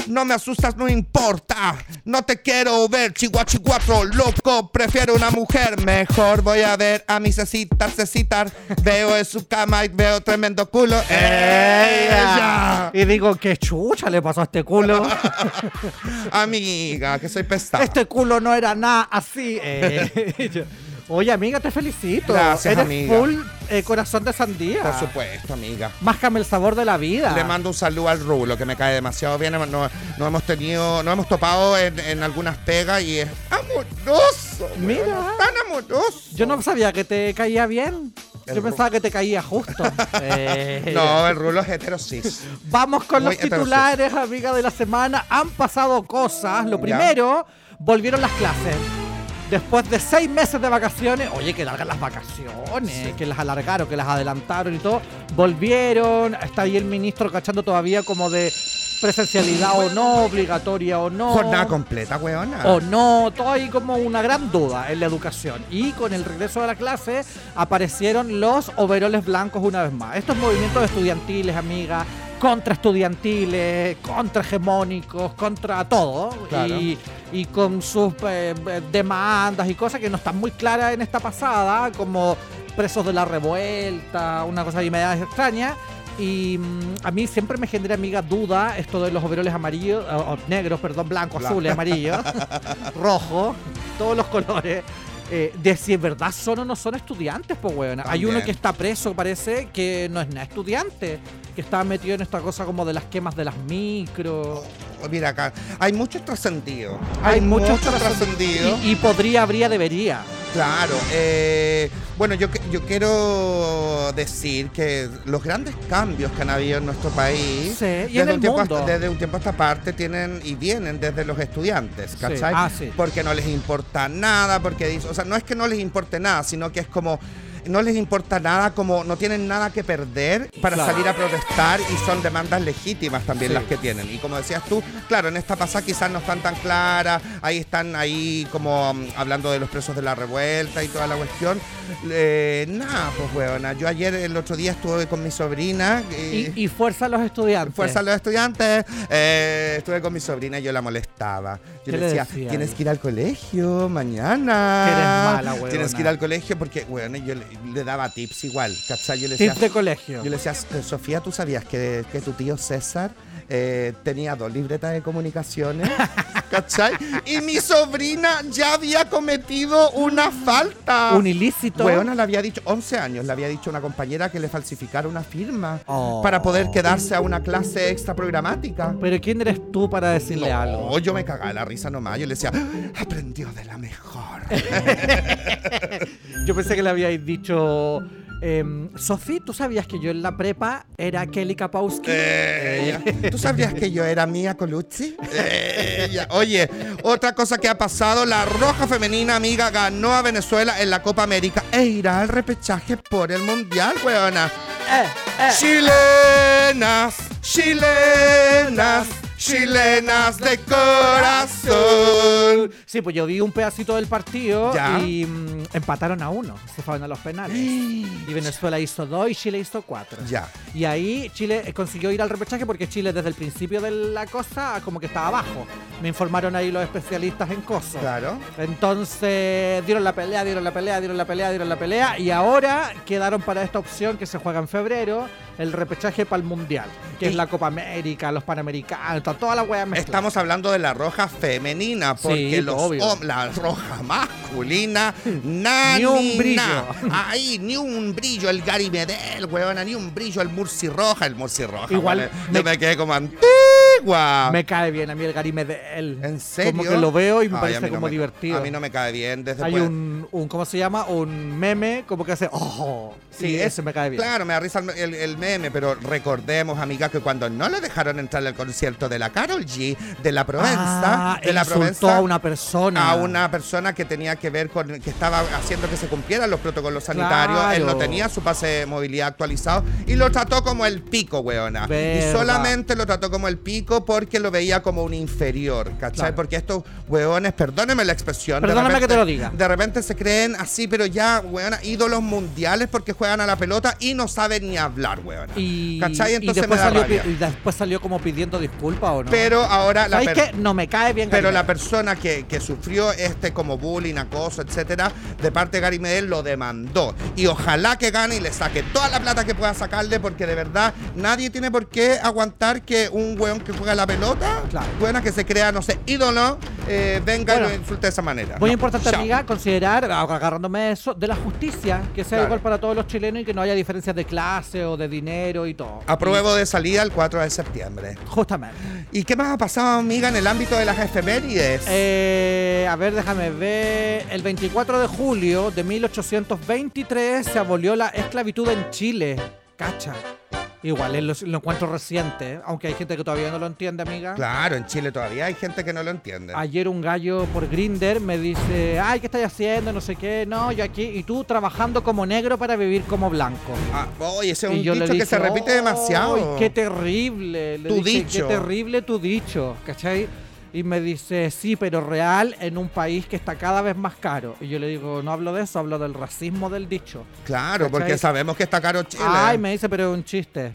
S3: No me asustas, no importa. No te quiero ver, chihuachi cuatro, loco. Prefiero una mujer. Mejor voy a ver a mi cecita, cecitar. Veo en su cama y veo tremendo culo. ¡Ella!
S2: ¡Ella! Y digo, ¿qué chucha le pasó a este culo?
S3: Amiga, que soy pesada.
S2: este culo no era nada así. eh. Oye, amiga, te felicito.
S3: Gracias,
S2: Eres
S3: amiga.
S2: full eh, corazón de sandía.
S3: Por supuesto, amiga.
S2: Máscame el sabor de la vida.
S3: Le mando un saludo al Rulo, que me cae demasiado bien. No, no hemos tenido, no hemos topado en, en algunas pegas y es amoroso. weón,
S2: Mira.
S3: Tan amoroso.
S2: Yo no sabía que te caía bien.
S3: El
S2: Yo pensaba que te caía justo. Eh,
S3: No, el Rulo es heterosis.
S2: Vamos con
S3: Muy
S2: los titulares, amiga de la semana. Han pasado cosas. Lo
S3: Ya.
S2: primero, volvieron las clases. Después de seis meses de vacaciones, oye, que largan las vacaciones, que las alargaron, que las adelantaron y todo, volvieron. Está ahí el ministro cachando todavía como de presencialidad o no, obligatoria o no.
S3: Jornada completa, weona.
S2: o no, todo hay como una gran duda en la educación. Y con el regreso de la clase aparecieron los overoles blancos una vez más. Estos movimientos estudiantiles, amiga, contra estudiantiles, contra hegemónicos, contra todo.
S3: Claro.
S2: Y, y con sus eh, eh, demandas y cosas que no están muy claras en esta pasada, como presos de la revuelta, una cosa ahí media extraña. Y mm, a mí siempre me genera, amiga, duda esto de los overoles amarillos, o, o negros, perdón, blancos,
S3: Blanco.
S2: azules, amarillos, rojo, todos los colores. eh, de si en verdad son o no son estudiantes, pues weón. Hay
S3: También.
S2: uno que está preso, parece, que no es nada estudiante, que está metido en esta cosa como de las quemas de las micros.
S3: Oh, Mira acá, hay muchos trascendidos.
S2: Hay muchos
S3: trascendidos.
S2: Y, y podría, habría, debería.
S3: Claro. eh, bueno, yo, que- yo quiero decir que los grandes cambios que han habido en nuestro país
S2: Sí, y en
S3: desde,
S2: el
S3: un tiempo
S2: mundo.
S3: hasta- desde un tiempo a esta parte tienen y vienen desde los estudiantes,
S2: Sí,
S3: ¿cachai?
S2: ah, sí.
S3: Porque no les importa nada, porque dice, o sea, no es que no les importe nada, sino que es como no les importa nada, como no tienen nada que perder para
S2: Claro.
S3: salir a protestar y son demandas legítimas también
S2: Sí.
S3: las que tienen. Y como decías tú, claro, en esta pasada quizás no están tan claras, ahí están ahí como mm, hablando de los presos de la revuelta y toda la cuestión. Eh, nada, pues huevona, yo ayer, el otro día estuve con mi sobrina. eh,
S2: Y, y fuerza a los estudiantes.
S3: Fuerza a los estudiantes. Eh, estuve con mi sobrina y yo la molestaba.
S2: ¿Qué
S3: Yo le
S2: le
S3: decía,
S2: decía
S3: tienes
S2: ahí?
S3: que ir al colegio mañana.
S2: Que eres mala, huevona.
S3: Tienes que ir al colegio porque, bueno, yo le, le daba tips igual. ¿Cachai? Yo le decía,
S2: Tips de colegio.
S3: yo le decía, "Eh, Sofía, ¿tú sabías que, que tu tío César eh, tenía dos libretas de comunicaciones? ¿Cachai? Y mi sobrina ya había cometido una falta.
S2: Un ilícito.
S3: "Ah, Weona le había dicho, 11 años, le había dicho una compañera que le falsificara una firma
S2: Oh.
S3: para poder quedarse a una clase extra programática.
S2: Pero ¿quién eres tú para decirle algo?
S3: No, Oh, yo me cagaba la risa nomás. Yo le decía, "Ah, aprendió de la mejor.
S2: Yo pensé que le habíais dicho. em, Sofi, ¿tú sabías que yo en la prepa era Kelly Kapowski?
S3: Eh. Ella. ¿Tú sabías que yo era mía Colucci? Eh, Ella. Oye, otra cosa que ha pasado, la roja femenina amiga ganó a Venezuela en la Copa América e irá al repechaje por el Mundial, weona.
S2: Eh, eh.
S3: Chilenas, chilenas, chilenas de corazón.
S2: Sí, pues yo vi un pedacito del partido
S3: Ya.
S2: y mm, empataron a uno. Se fueron a los penales. Y Venezuela hizo dos y Chile hizo cuatro.
S3: Ya.
S2: Y ahí Chile eh, consiguió ir al repechaje porque Chile desde el principio de la cosa como que estaba abajo. Me informaron ahí los especialistas en COSO.
S3: Claro.
S2: Entonces dieron la pelea, dieron la pelea, dieron la pelea, dieron la pelea y ahora quedaron para esta opción que se juega en febrero el repechaje para el Mundial, que
S3: Y-
S2: es la Copa América, los Panamericanos, está toda la wea mezclada.
S3: Estamos hablando de la roja femenina, porque
S2: Sí,
S3: los
S2: obvio.
S3: hom- la roja masculina, nada.
S2: Ni un brillo.
S3: Ahí, ni un brillo. El Gary Medel, huevona, ni un brillo. El Murci Roja, el Murci Roja.
S2: Igual
S3: huevona.
S2: me-
S3: yo me quedé como antigua.
S2: Me cae bien a mí el Gary Medel.
S3: Ah. ¿En serio?
S2: Como que lo veo y me
S3: Ay, a
S2: parece
S3: mí no
S2: como
S3: me-
S2: divertido.
S3: A mí no me cae bien desde
S2: Hay
S3: pues-
S2: un, un, ¿cómo se llama? Un meme como que hace, ojo. Sí,
S3: es-
S2: ese me cae bien.
S3: Claro, me da risa el, el- el meme, pero recordemos, amigas, que cuando no lo dejaron entrar al concierto de la Carol G, de la Provenza,
S2: Ah,
S3: de la
S2: insultó
S3: Provenza,
S2: a una persona.
S3: a una persona que tenía que ver con que estaba haciendo que se cumplieran los protocolos sanitarios.
S2: Claro.
S3: Él no tenía su pase de movilidad actualizado y lo trató como el pico, weona.
S2: Verdad.
S3: Y solamente lo trató como el pico porque lo veía como un inferior, ¿cachai?
S2: Claro.
S3: Porque estos weones, perdóneme la expresión. de
S2: Perdóname que te lo diga.
S3: De repente se creen así, pero ya, weona, ídolos mundiales porque juegan a la pelota y no saben ni hablar, weona.
S2: Y,
S3: ¿Cachai?
S2: y
S3: Entonces me
S2: después,
S3: da
S2: salió,
S3: rabia.
S2: pi- y después salió como pidiendo disculpas o no.
S3: Pero ahora la
S2: ¿Sabes
S3: per-
S2: qué? No me cae bien.
S3: Pero
S2: Gary
S3: la
S2: Medel.
S3: persona que, que sufrió este como bullying, acoso, etcétera, de parte de Gary Medel lo demandó. Y ojalá que gane y le saque toda la plata que pueda sacarle, porque de verdad nadie tiene por qué aguantar que un weón que juega la pelota,
S2: Claro.
S3: buena que se crea, no sé, ídolo, eh, venga
S2: Bueno,
S3: y lo insulte de esa manera.
S2: Muy
S3: No,
S2: importante,
S3: chao.
S2: amiga, considerar, ag- agarrándome de eso, de la justicia, que sea
S3: Claro.
S2: igual para todos los chilenos y que no haya diferencias de clase o de dinero y todo.
S3: Apruebo de salida el 4 de septiembre.
S2: Justamente.
S3: ¿Y qué más ha pasado, amiga, en el ámbito de las efemérides?
S2: Eh, a ver, déjame ver. El 24 de julio de 1823 se abolió la esclavitud en Chile. Cacha. Igual es lo, lo encuentro reciente, ¿eh? aunque hay gente que todavía no lo entiende, amiga.
S3: Claro, en Chile todavía hay gente que no lo entiende.
S2: Ayer un gallo por Grinder me dice, ay, ¿qué estáis haciendo? No sé qué, no, yo aquí, y tú trabajando como negro para vivir como blanco.
S3: Ah, oye, ese es un
S2: Y yo le
S3: dicho que se
S2: dije,
S3: repite
S2: "Ay,
S3: demasiado.
S2: Qué terrible. Le
S3: Tu
S2: dije,
S3: dicho.
S2: Qué terrible tu dicho, ¿cachai? Y me dice, sí, pero real en un país que está cada vez más caro. Y yo le digo, no hablo de eso, hablo del racismo del dicho.
S3: Claro, porque
S2: ¿Cachai?
S3: sabemos que está caro Chile.
S2: Ay, me dice, pero es un chiste.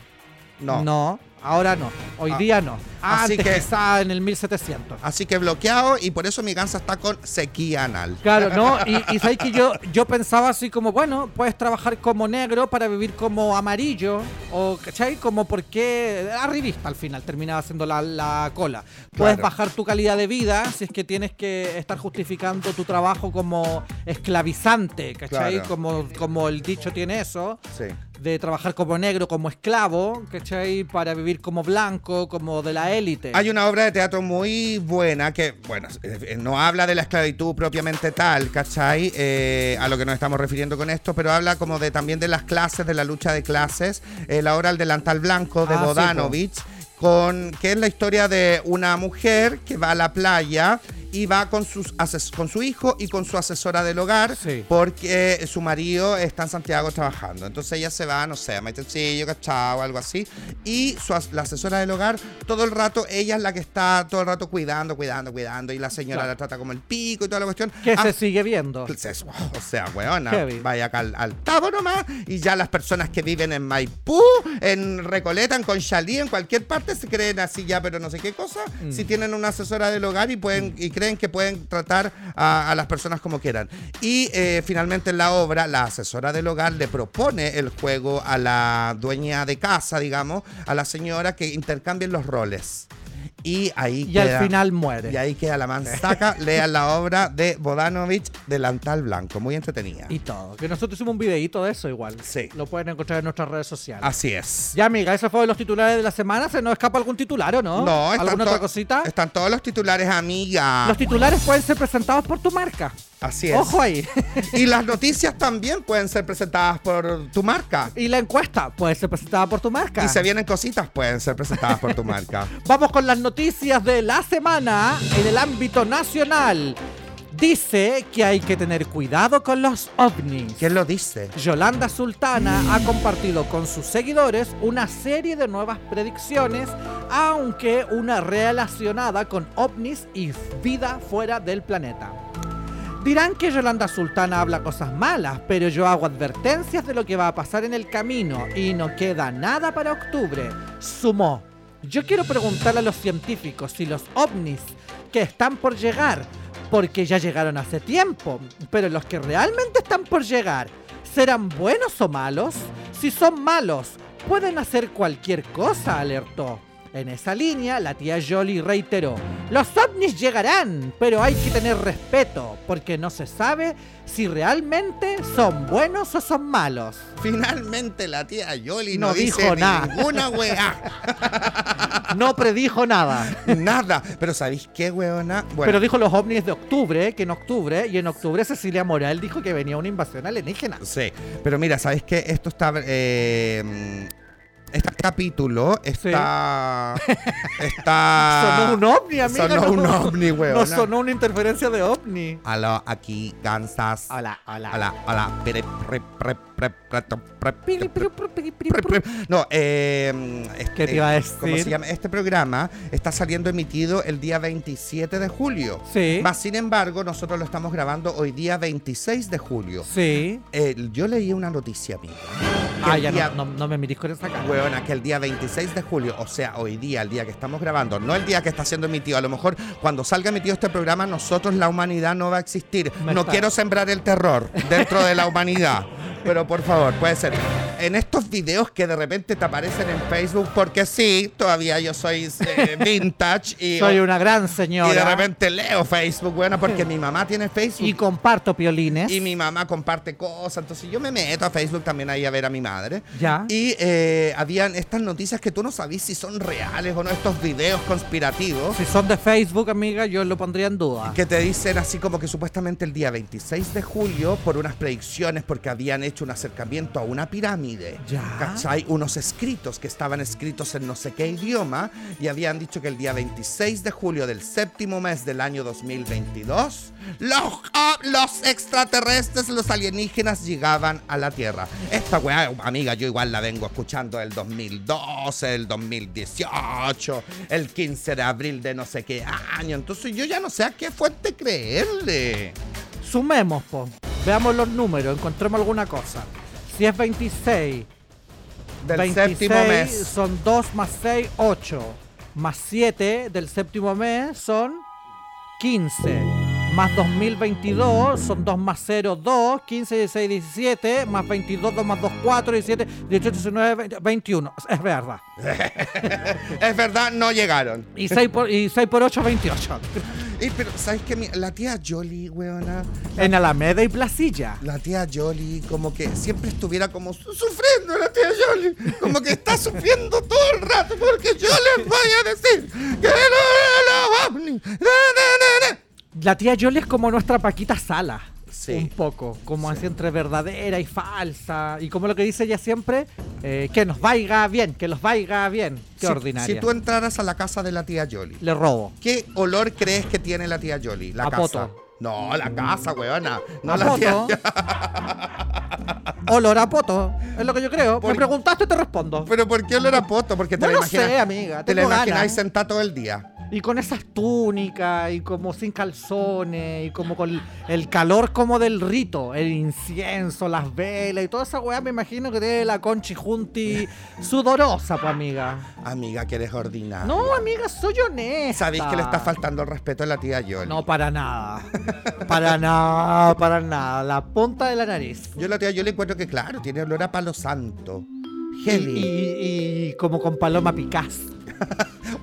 S3: No.
S2: ahora no. Hoy
S3: Ah.
S2: día no.
S3: Así
S2: Antes
S3: que-
S2: quizá en el 1700.
S3: Así que bloqueado y por eso mi gansa está con sequía anal.
S2: Claro, ¿no? Y, y sabes que yo, yo pensaba así como, bueno, puedes trabajar como negro para vivir como amarillo, o, ¿cachai? Como porque arribista al final terminaba siendo la, la cola. Puedes
S3: Claro.
S2: bajar tu calidad de vida si es que tienes que estar justificando tu trabajo como esclavizante, ¿cachai?
S3: Claro.
S2: Como, como el dicho tiene eso
S3: Sí.
S2: de trabajar como negro, como esclavo, ¿cachai? Para vivir como blanco, como de la élite.
S3: Hay una obra de teatro muy buena que, bueno, eh, eh, no habla de la esclavitud propiamente tal, ¿cachai? Eh, a lo que nos estamos refiriendo con esto, pero habla como de también de las clases, de la lucha de clases. Eh, la obra El delantal blanco de
S2: Ah, sí, po.
S3: Bodanovich, con, que es la historia de una mujer que va a la playa y va con, sus ases- con su hijo y con su asesora del hogar
S2: Sí.
S3: porque su marido está en Santiago trabajando. Entonces ella se va, no sé, a Maitencillo, Cachao, algo así. Y su as- la asesora del hogar, todo el rato, ella es la que está todo el rato cuidando, cuidando, cuidando. Y la señora
S2: Claro.
S3: la trata como el pico y toda la cuestión.
S2: que
S3: Ah,
S2: se sigue viendo.
S3: entonces, o sea, weona,
S2: Heavy.
S3: vaya acá al, al tabo nomás y ya las personas que viven en Maipú, en Recoleta, en Conchalí, en cualquier parte, se creen así ya, pero no sé qué cosa,
S2: Mm.
S3: si tienen una asesora del hogar y pueden y creen que pueden tratar a, a las personas como quieran. Y eh, finalmente en la obra, la asesora del hogar le propone el juego a la dueña de casa, digamos, a la señora que intercambien los roles. Y ahí
S2: Y al
S3: queda-
S2: final muere.
S3: y ahí queda la manzaca. Lean la obra de Bodanovich, Delantal Blanco. Muy entretenida.
S2: Y todo. Que nosotros hicimos un videíto de eso igual.
S3: Sí.
S2: Lo pueden encontrar en nuestras redes sociales.
S3: Así es.
S2: Ya, amiga, esos fueron los titulares de la semana. ¿Se nos escapa algún titular o no?
S3: No, están,
S2: ¿Alguna
S3: to-
S2: otra cosita?
S3: están todos los titulares, amiga.
S2: Los titulares pueden ser presentados por tu marca.
S3: Así es.
S2: Ojo ahí.
S3: Y las noticias también pueden ser presentadas por tu marca.
S2: y la encuesta puede ser presentada por tu marca.
S3: Y se vienen cositas, pueden ser presentadas por tu marca.
S2: Vamos con las noticias de la semana en el ámbito nacional. Dice que hay que tener cuidado con los ovnis.
S3: ¿Quién lo dice?
S2: Yolanda Sultana ha compartido con sus seguidores una serie de nuevas predicciones aunque una relacionada con ovnis y vida fuera del planeta. Dirán que Yolanda Sultana habla cosas malas, pero yo hago advertencias de lo que va a pasar en el camino y no queda nada para octubre. Sumó. Yo quiero preguntarle a los científicos si los ovnis que están por llegar, porque ya llegaron hace tiempo, pero los que realmente están por llegar, ¿serán buenos o malos? Si son malos, pueden hacer cualquier cosa, alertó. En esa línea, la tía Jolly reiteró, los ovnis llegarán, pero hay que tener respeto, porque no se sabe si realmente son buenos o son malos.
S3: Finalmente la tía Yoli no,
S2: No
S3: dijo
S2: dijo nada.
S3: ninguna weá.
S2: No predijo nada,
S3: Nada. Pero ¿sabéis qué, weona? Bueno,
S2: pero dijo los ovnis de octubre, que en octubre, y en octubre Cecilia Moral dijo que venía una invasión alienígena.
S3: sí. Pero mira, ¿sabéis qué? Esto está... eh, este capítulo está... Está...
S2: Sonó un ovni, amiga.
S3: Ah, Sonó
S2: no.
S3: un ovni,
S2: No
S3: weona.
S2: sonó una interferencia de ovni.
S3: Aló, aquí, Kansas.
S2: Hola, hola.
S3: Hola, hola. Pere, pre, pre, pre, pre, pre, pre, pre, pre, pre. No, eh, este,
S2: ¿Qué te iba a
S3: ¿Cómo se
S2: decir?
S3: llama? Este programa está saliendo emitido el día 27 de julio.
S2: Sí.
S3: Más sin embargo, nosotros lo estamos grabando hoy día 26 de julio.
S2: Sí.
S3: Eh, yo leí una noticia, amiga. que
S2: Ah,
S3: el
S2: ya
S3: día-
S2: no, no, no me mirís con esa cara.
S3: Huevona, que el día 26 de julio, o sea, hoy día, el día que estamos grabando, no el día que está siendo emitido, a lo mejor cuando salga emitido este programa, nosotros, la humanidad, no va a existir.
S2: Me
S3: no
S2: está-
S3: quiero sembrar el terror dentro de la humanidad, pero por favor, puede ser. En estos videos que de repente te aparecen en Facebook, porque sí, todavía yo soy eh, vintage y,
S2: Soy una gran señora.
S3: y de repente leo Facebook, bueno, porque mi mamá tiene Facebook.
S2: Y comparto piolines.
S3: Y mi mamá comparte cosas, entonces yo me meto a Facebook también ahí a ver a mi madre.
S2: Ya.
S3: Y eh, habían estas noticias que tú no sabías si son reales o no, estos videos conspirativos
S2: Si son de Facebook, amiga, yo lo pondría en duda.
S3: que te dicen así como que supuestamente el día 26 de julio, por unas predicciones, porque habían hecho un acercamiento a una pirámide,
S2: Ya.
S3: ¿cachai? Unos escritos que estaban escritos en no sé qué idioma y habían dicho que el día 26 de julio del séptimo mes del año 2022, los, ah, los extraterrestres, los alienígenas llegaban a la Tierra. Esta weá, amiga, yo igual la vengo escuchando del 2012, el 2018, el 15 de abril de no sé qué año. Entonces yo ya no sé a qué fuente creerle.
S2: Sumemos, po. Veamos los números, encontremos alguna cosa. Si es 26,
S3: Del
S2: 26
S3: séptimo mes.
S2: son 2 más 6, 8. Más 7 del séptimo mes son 15. Más 2022 son 2 más 0, 2. 15, 16, 17. Más 22, 2 más 2, 4, 17, 18, 19, 20, 21. Es verdad.
S3: Es verdad, no llegaron.
S2: Y 6 por, y 6 por 8, 28.
S3: Y, pero, ¿sabes qué? Mi- La tía Jolie, weona,
S2: En Alameda y Placilla.
S3: la tía Jolie como que siempre estuviera como su- sufriendo la tía Jolie, como que está sufriendo todo el rato porque yo les voy a decir que no era la ovni. Na, na, na, na.
S2: La tía Yoli es como nuestra Paquita Sala.
S3: Sí.
S2: Un poco, como así entre verdadera y falsa. Y como lo que dice ella siempre, eh, que nos vaya bien, que los vaya bien. Qué
S3: Si-
S2: ordinaria.
S3: Si tú entraras a la casa de la tía Jolie,
S2: Le robo.
S3: ¿qué olor crees que tiene la tía Jolie? La
S2: A
S3: casa.
S2: poto.
S3: No, la casa, weona. No
S2: A
S3: la tía.
S2: poto. Olor a poto. Es lo que yo creo.
S3: Por-
S2: Me preguntaste, te respondo.
S3: Pero ¿por qué olor a poto? Porque te
S2: No
S3: la
S2: lo
S3: imaginas.
S2: sé, amiga,
S3: Te la
S2: tengo
S3: imagináis
S2: ganas.
S3: sentada todo el día.
S2: Y con esas túnicas, y como sin calzones, y como con el calor como del rito, el incienso, las velas y toda esa weá, me imagino que tiene la conchi junti sudorosa, pues amiga.
S3: Amiga, que eres ordinaria.
S2: No, amiga, soy
S3: Ah,
S2: honesta.
S3: Sabéis que le está faltando el respeto a la tía Jolie.
S2: No, para nada. Para nada, para nada. La punta de la nariz.
S3: Yo la tía yo le encuentro que, claro, tiene olor a palo santo.
S2: Y,
S3: Heavy.
S2: y- y como con paloma picaz.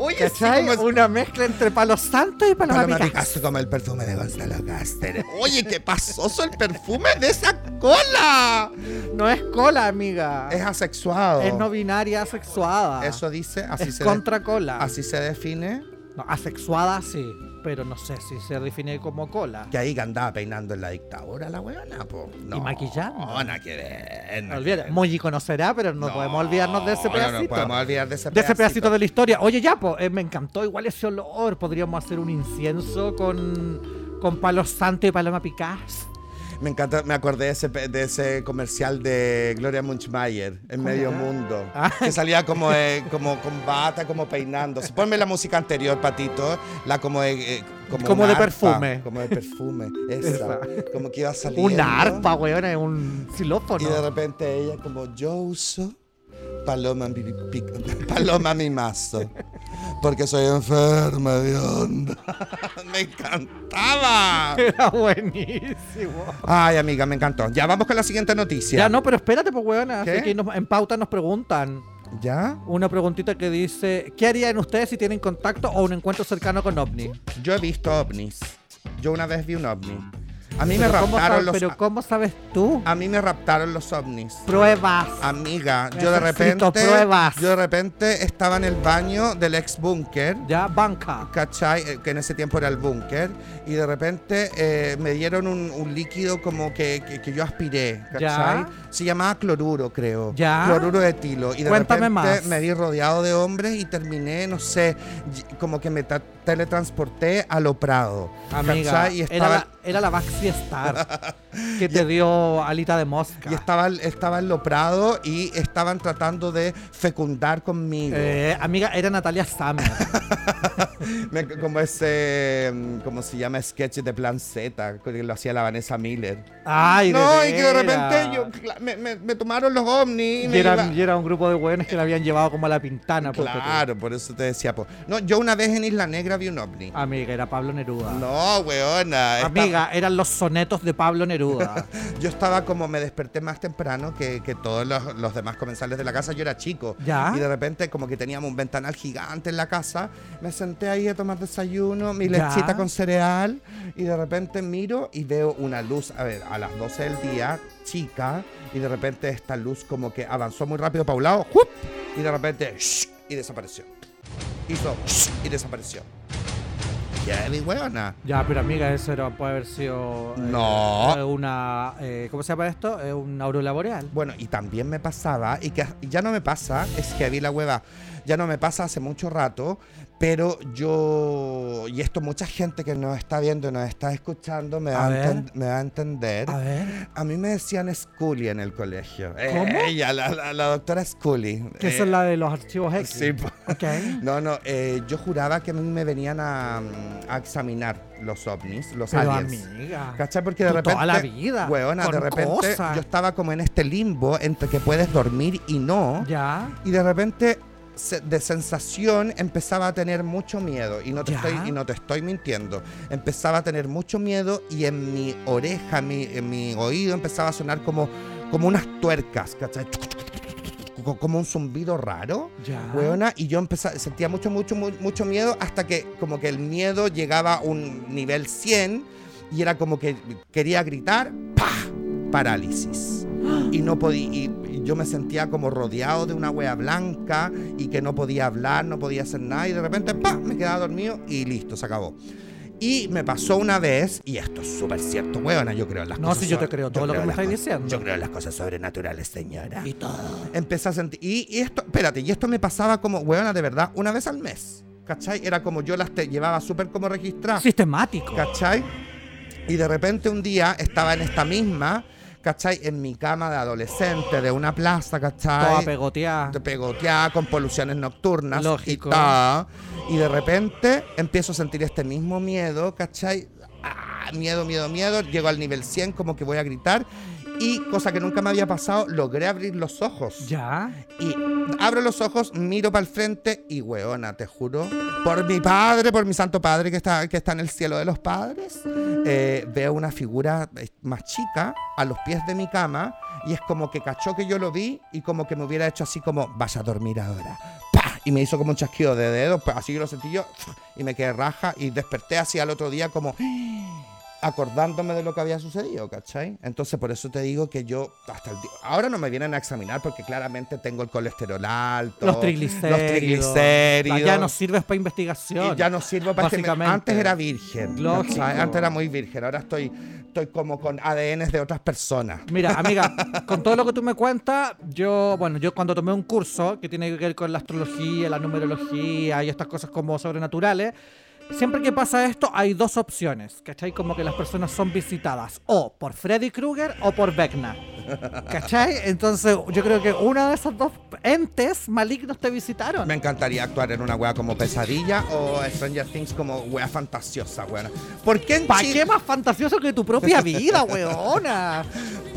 S3: Oye, sí,
S2: ¿Cachai?
S3: como es-
S2: Una mezcla entre palo santo y paloma,
S3: Paloma
S2: picaz.
S3: Picasso como el perfume de Gonzalo Caster. Oye, qué pasoso el perfume de esa cola.
S2: No es cola, amiga.
S3: Es asexuado.
S2: Es no binaria asexuada.
S3: Eso dice, así
S2: es
S3: se
S2: contra cola.
S3: así se define.
S2: No, asexuada sí, pero no sé si se define como cola.
S3: Que ahí que andaba peinando en la dictadura la weona, po. No,
S2: maquillando.
S3: No, nada que ver.
S2: No
S3: nada que
S2: olvides,
S3: ver.
S2: Moji conocerá, pero no, podemos olvidarnos de ese
S3: no,
S2: pedacito.
S3: No, no podemos olvidar de ese
S2: de
S3: pedacito.
S2: ese pedacito de la historia. Oye, ya, po, eh, me encantó igual ese olor. Podríamos hacer un incienso con, con palo santo y paloma picaz.
S3: Me encanta, me acordé de ese, pe- de ese comercial de Gloria Munchmeyer en Medio
S2: era?
S3: Mundo.
S2: Ah.
S3: Que salía como, eh, como con bata, como peinándose. Ponme la música anterior, Patito. La como de. eh, como
S2: Como
S3: una
S2: de
S3: arpa,
S2: perfume.
S3: como de perfume. Esa.
S2: Esa.
S3: Como que iba saliendo.
S2: Una arpa, weón, es un
S3: Y de
S2: xilófono.
S3: repente ella como yo uso paloma mi, pi- paloma mi mazo. Porque soy enferma de onda. Me encantaba.
S2: Era buenísimo.
S3: Ay, amiga, me encantó. Ya vamos con la siguiente noticia.
S2: Ya no, pero espérate, pues, weón.
S3: ¿Qué?
S2: Así que nos- en pauta nos preguntan.
S3: ¿Ya?
S2: Una preguntita que dice: ¿Qué harían ustedes si tienen contacto o un encuentro cercano con ovni?
S3: Yo he visto ovnis. Yo una vez vi un ovni. A mí me
S2: Pero ¿cómo
S3: raptaron
S2: sab-
S3: los
S2: Pero ¿cómo sabes tú?
S3: a mí me raptaron los ovnis.
S2: Pruebas.
S3: Ah. Amiga, yo de
S2: Necesito
S3: repente
S2: pruebas.
S3: yo de repente estaba en el baño del ex búnker
S2: Ya, banca.
S3: ¿cachai? Eh, Que en ese tiempo era el búnker. Y de repente eh, me dieron un, un líquido como que, que, que yo aspiré, ¿cachai?
S2: Ya.
S3: Se llamaba cloruro, creo.
S2: Ya.
S3: Cloruro de etilo. Y de
S2: Cuéntame
S3: repente
S2: más.
S3: me vi rodeado de hombres y terminé, no sé, y- como que me ta- teletransporté a lo Prado.
S2: Amiga,
S3: ¿cachai? Y
S2: era,
S3: estaba,
S2: la, era la Baxi Star que te dio alita de mosca.
S3: y estaba, estaba en lo Prado y estaban tratando de fecundar conmigo.
S2: Eh, amiga, era Natalia Summer.
S3: Me- como ese, mm, ¿cómo se llama? Sketch de Plan Z, que lo hacía la Vanessa Miller.
S2: Ay, de
S3: no, y que de
S2: veras.
S3: repente yo, cla- me, me- me tomaron los ovnis. y
S2: Y
S3: me
S2: era,
S3: iba-
S2: y era un grupo de hueones que la habían llevado como a la pintana. pues, ponte tú.
S3: Claro, por eso te decía. po. No, yo una vez en Isla Negra vi un ovni.
S2: Amiga, era Pablo Neruda.
S3: No, weona. esta-
S2: Ah. Amiga, eran los sonetos de Pablo Neruda.
S3: yo estaba como, me desperté más temprano que, que todos los, los demás comensales de la casa. Yo era chico.
S2: Ya.
S3: Y de repente, como que teníamos un ventanal gigante en la casa. Me senté ahí a tomar desayuno, mi
S2: Ya.
S3: lechita con cereal. Y de repente miro y veo una luz, a ver, a las 12 del día, chica. Y de repente esta luz como que avanzó muy rápido para un lado. ¡jup! Y de repente, ¡shh! y desapareció. Hizo, ¡shh! y desapareció. Ya, mi huevona.
S2: ya, pero amiga, eso era, puede haber sido. eh,
S3: No.
S2: una. eh, ¿Cómo se llama esto? Eh, una aurora boreal.
S3: Bueno, y también me pasaba, y que y ya no me pasa, es que vi la hueva, ya no me pasa hace mucho rato, pero yo, y esto mucha gente que nos está viendo, nos está escuchando, me, va,
S2: A
S3: a
S2: ver.
S3: enten- me va a entender.
S2: A ver.
S3: A mí me decían Scully en el colegio.
S2: ¿Cómo?
S3: Ella, la, la- la doctora Scully.
S2: Que
S3: Eh,
S2: esa es la de los archivos X.
S3: sí, pues. po.
S2: Ok.
S3: No, no, eh, yo juraba que a mí me venían a, mm, a examinar los ovnis, los
S2: Pero
S3: aliens.
S2: amiga.
S3: ¿Cachai? Porque de
S2: Tú
S3: repente.
S2: toda la vida,
S3: Weona, de
S2: con
S3: repente
S2: cosas.
S3: yo estaba como en este limbo entre que puedes dormir y no.
S2: Ya.
S3: Y de repente, se- de sensación, empezaba a tener mucho miedo. Y no, te
S2: Ya.
S3: estoy, y no te estoy mintiendo. Empezaba a tener mucho miedo y en mi oreja, mi- en mi oído, empezaba a sonar como, como unas tuercas, ¿cachai? Co- Como un zumbido raro.
S2: Ya.
S3: Weona, y yo empezaba, sentía mucho, mucho, mu- mucho miedo hasta que como que el miedo llegaba a un nivel 100 y era como que quería gritar, ¡pah! Parálisis. Y no podía, y, y yo me sentía como rodeado de una wea blanca y que no podía hablar, no podía hacer nada y de repente, ¡pah! Me quedaba dormido y listo, se acabó. Y me pasó una vez, y esto es súper cierto, weona, yo creo en las
S2: No,
S3: cosas.
S2: si yo
S3: sobre-
S2: te creo todo lo que
S3: creo
S2: me
S3: en las
S2: estáis
S3: cosas-
S2: diciendo.
S3: Yo creo en las cosas sobrenaturales, señora
S2: Y todo.
S3: empecé a sentir. Y, y esto, espérate, y esto me pasaba como, weona, de verdad, una vez al mes. ¿Cachai? Era como yo las te- llevaba súper como registradas.
S2: Ah, Sistemático.
S3: ¿Cachai? Y de repente un día estaba en esta misma, ¿cachai? En mi cama de adolescente, de una plaza,
S2: Toda
S3: ¿cachai?
S2: pegoteada.
S3: Te pegoteada con poluciones nocturnas.
S2: Lógico.
S3: Y, ta. y de repente empiezo a sentir este mismo miedo, ¿cachai? Ah, miedo, miedo, miedo. Llego al nivel 100, como que voy a gritar. Y cosa que nunca me había pasado, logré abrir los ojos.
S2: Ya.
S3: Y abro los ojos, miro para el frente y, weona, te juro, por mi padre, por mi santo padre que está, que está en el cielo de los padres, eh, veo una figura eh, más chica a los pies de mi cama y es como que cachó que yo lo vi y como que me hubiera hecho así como, vas a dormir ahora. ¡Pah! Y me hizo como un chasquido de dedos, pues, así que lo sentí yo y me quedé raja y desperté así al otro día como acordándome de lo que había sucedido, ¿cachai? Entonces por eso te digo que yo hasta el di- ahora no me vienen a examinar porque claramente tengo el colesterol alto,
S2: Los triglicéridos.
S3: los triglicéridos.
S2: Ya no sirves para investigación.
S3: y ya no sirvo para este-
S2: Básicamente.
S3: Antes era virgen.
S2: Lógico.
S3: ¿cachai? Antes era muy virgen. Ahora estoy, estoy como con ADNs de otras personas.
S2: Mira, amiga, con todo lo que tú me cuentas, yo, bueno, yo cuando tomé un curso que tiene que ver con la astrología, la numerología y estas cosas como sobrenaturales, Siempre que pasa esto, hay dos opciones, ¿cachai? Como que las personas son visitadas o por Freddy Krueger o por Vecna. ¿Cachai? Entonces, yo creo que una de esas dos entes malignos te visitaron.
S3: Me encantaría actuar en una wea como Pesadilla o Stranger Things como wea fantasiosa, weón. ¿Por qué en
S2: ¿Para
S3: Chile-
S2: qué más fantasioso que tu propia vida, weona?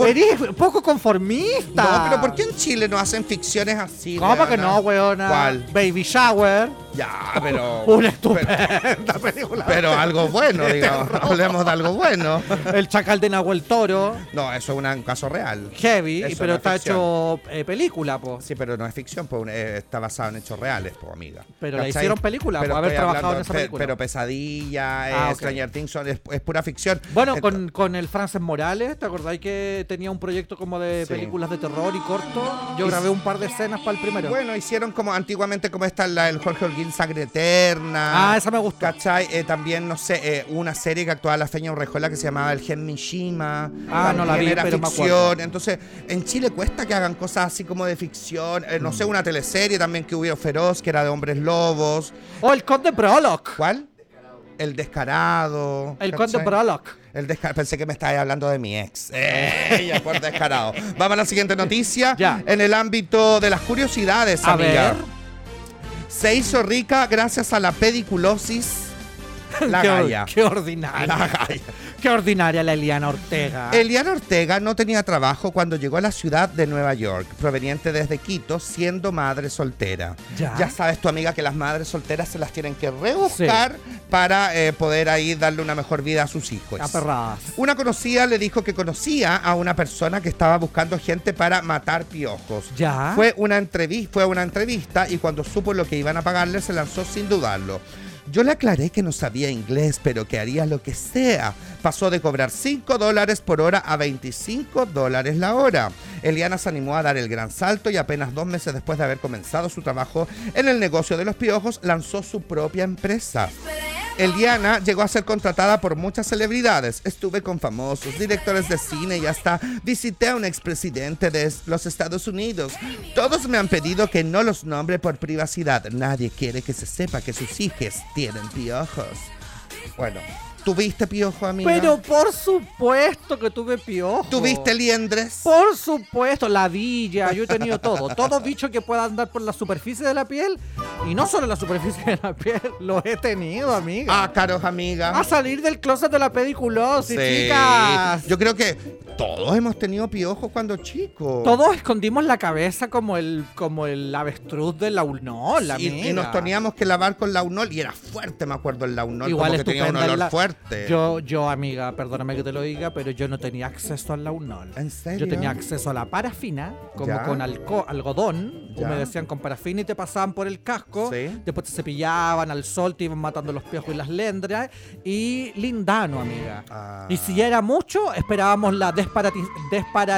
S2: Eres poco conformista.
S3: No, pero ¿por qué en Chile no hacen ficciones así?
S2: ¿Cómo que
S3: weona?
S2: no, weona?
S3: ¿Cuál?
S2: Baby Shower.
S3: Ya, pero.
S2: Una
S3: pero,
S2: estupenda película.
S3: pero algo bueno, digamos. Hablemos de algo bueno.
S2: El chacal de Nahuel Toro.
S3: No, eso es una- un caso real.
S2: Heavy,
S3: Eso
S2: pero
S3: no es
S2: está
S3: ficción.
S2: hecho eh, película, po.
S3: Sí, pero no es ficción, pues, eh, está basado en hechos reales, pues, amiga.
S2: Pero la hicieron película,
S3: Pero
S2: por haber
S3: estoy
S2: trabajado
S3: hablando-
S2: en esa
S3: pe-
S2: película.
S3: Pero Pesadilla, eh,
S2: Ah, ok.
S3: Stranger Things son- es, es pura ficción.
S2: Bueno,
S3: Ento-
S2: con, con el Frances Morales, ¿te acordáis que tenía un proyecto como de
S3: Sí.
S2: películas de terror y corto? Yo
S3: Y-
S2: grabé un par de escenas para el primero.
S3: Bueno, hicieron como antiguamente como esta, la del Jorge Holguín, Sangre Eterna.
S2: ah, esa me gustó.
S3: ¿Cachai? Eh, también, no sé, eh, una serie que actuaba la Feña Urrejola que se llamaba El Gen Mishima.
S2: Ah, no la
S3: También
S2: vi,
S3: era
S2: pero me
S3: ficción.
S2: acuerdo.
S3: Entonces, en Chile cuesta que hagan cosas así como de ficción. Eh,
S2: Mm.
S3: no sé, una teleserie también que hubo Feroz, que era de hombres lobos.
S2: Oh, el Conde Prologue.
S3: ¿Cuál? El descarado.
S2: El
S3: ¿cachai?
S2: Conde Prologue.
S3: El desca- Pensé que me estabas hablando de mi ex. Ella por descarado. Vamos a la siguiente noticia.
S2: Eh, Ya.
S3: En el ámbito de las curiosidades,
S2: A
S3: amiga.
S2: ver.
S3: Se hizo rica gracias a la pediculosis. La
S2: qué, or-
S3: galla.
S2: qué ordinaria.
S3: La galla.
S2: Qué ordinaria la Eliana Ortega.
S3: Eliana Ortega no tenía trabajo cuando llegó a la ciudad de Nueva York, proveniente desde Quito, siendo madre soltera.
S2: Ya.
S3: sabes tu amiga que las madres solteras se las tienen que rebuscar para eh, poder ahí darle una mejor vida a sus hijos.
S2: A perras.
S3: Una conocida le dijo que conocía a una persona que estaba buscando gente para matar piojos.
S2: Ya.
S3: Fue una entrevista, fue a una entrevista y cuando supo lo que iban a pagarle se lanzó sin dudarlo. Yo le aclaré que no sabía inglés, pero que haría lo que sea. Pasó de cobrar 5 dólares por hora a 25 dólares la hora. Eliana se animó a dar el gran salto y apenas dos meses después de haber comenzado su trabajo en el negocio de los piojos, lanzó su propia empresa. Eliana llegó a ser contratada por muchas celebridades. Estuve con famosos, directores de cine y hasta visité a un expresidente de los Estados Unidos. Todos me han pedido que no los nombre por privacidad. Nadie quiere que se sepa que sus hijas tienen piojos. Bueno, ¿tuviste piojo, amiga?
S2: Pero por supuesto que tuve piojo.
S3: ¿Tuviste liendres?
S2: Por supuesto, ladilla, yo he tenido todo. Todo bicho que pueda andar por la superficie de la piel. Y no solo la superficie de la piel, lo he tenido, amiga.
S3: Ácaros, amiga.
S2: A salir del closet de la pediculosis,
S3: Ah. Sí.
S2: chicas.
S3: Yo creo que todos hemos tenido piojos cuando chicos.
S2: Todos escondimos la cabeza como el, como el avestruz de la ulnola,
S3: Y, y
S2: amiga.
S3: nos teníamos que lavar con launol y era fuerte, me acuerdo, el launol.
S2: Igual
S3: como que tenía un
S2: estupenda
S3: olor
S2: la-
S3: fuerte.
S2: Yo, yo, amiga, perdóname que te lo diga, pero yo no tenía acceso al launol.
S3: ¿En serio?
S2: Yo tenía acceso a la parafina, como
S3: Ya.
S2: con alco- algodón,
S3: Ya.
S2: humedecían con parafina y te pasaban por el casco,
S3: Sí.
S2: después te cepillaban al sol, te iban matando los piojos y las lendras, y lindano, amiga.
S3: Ah.
S2: Y si ya era mucho, esperábamos la desparati-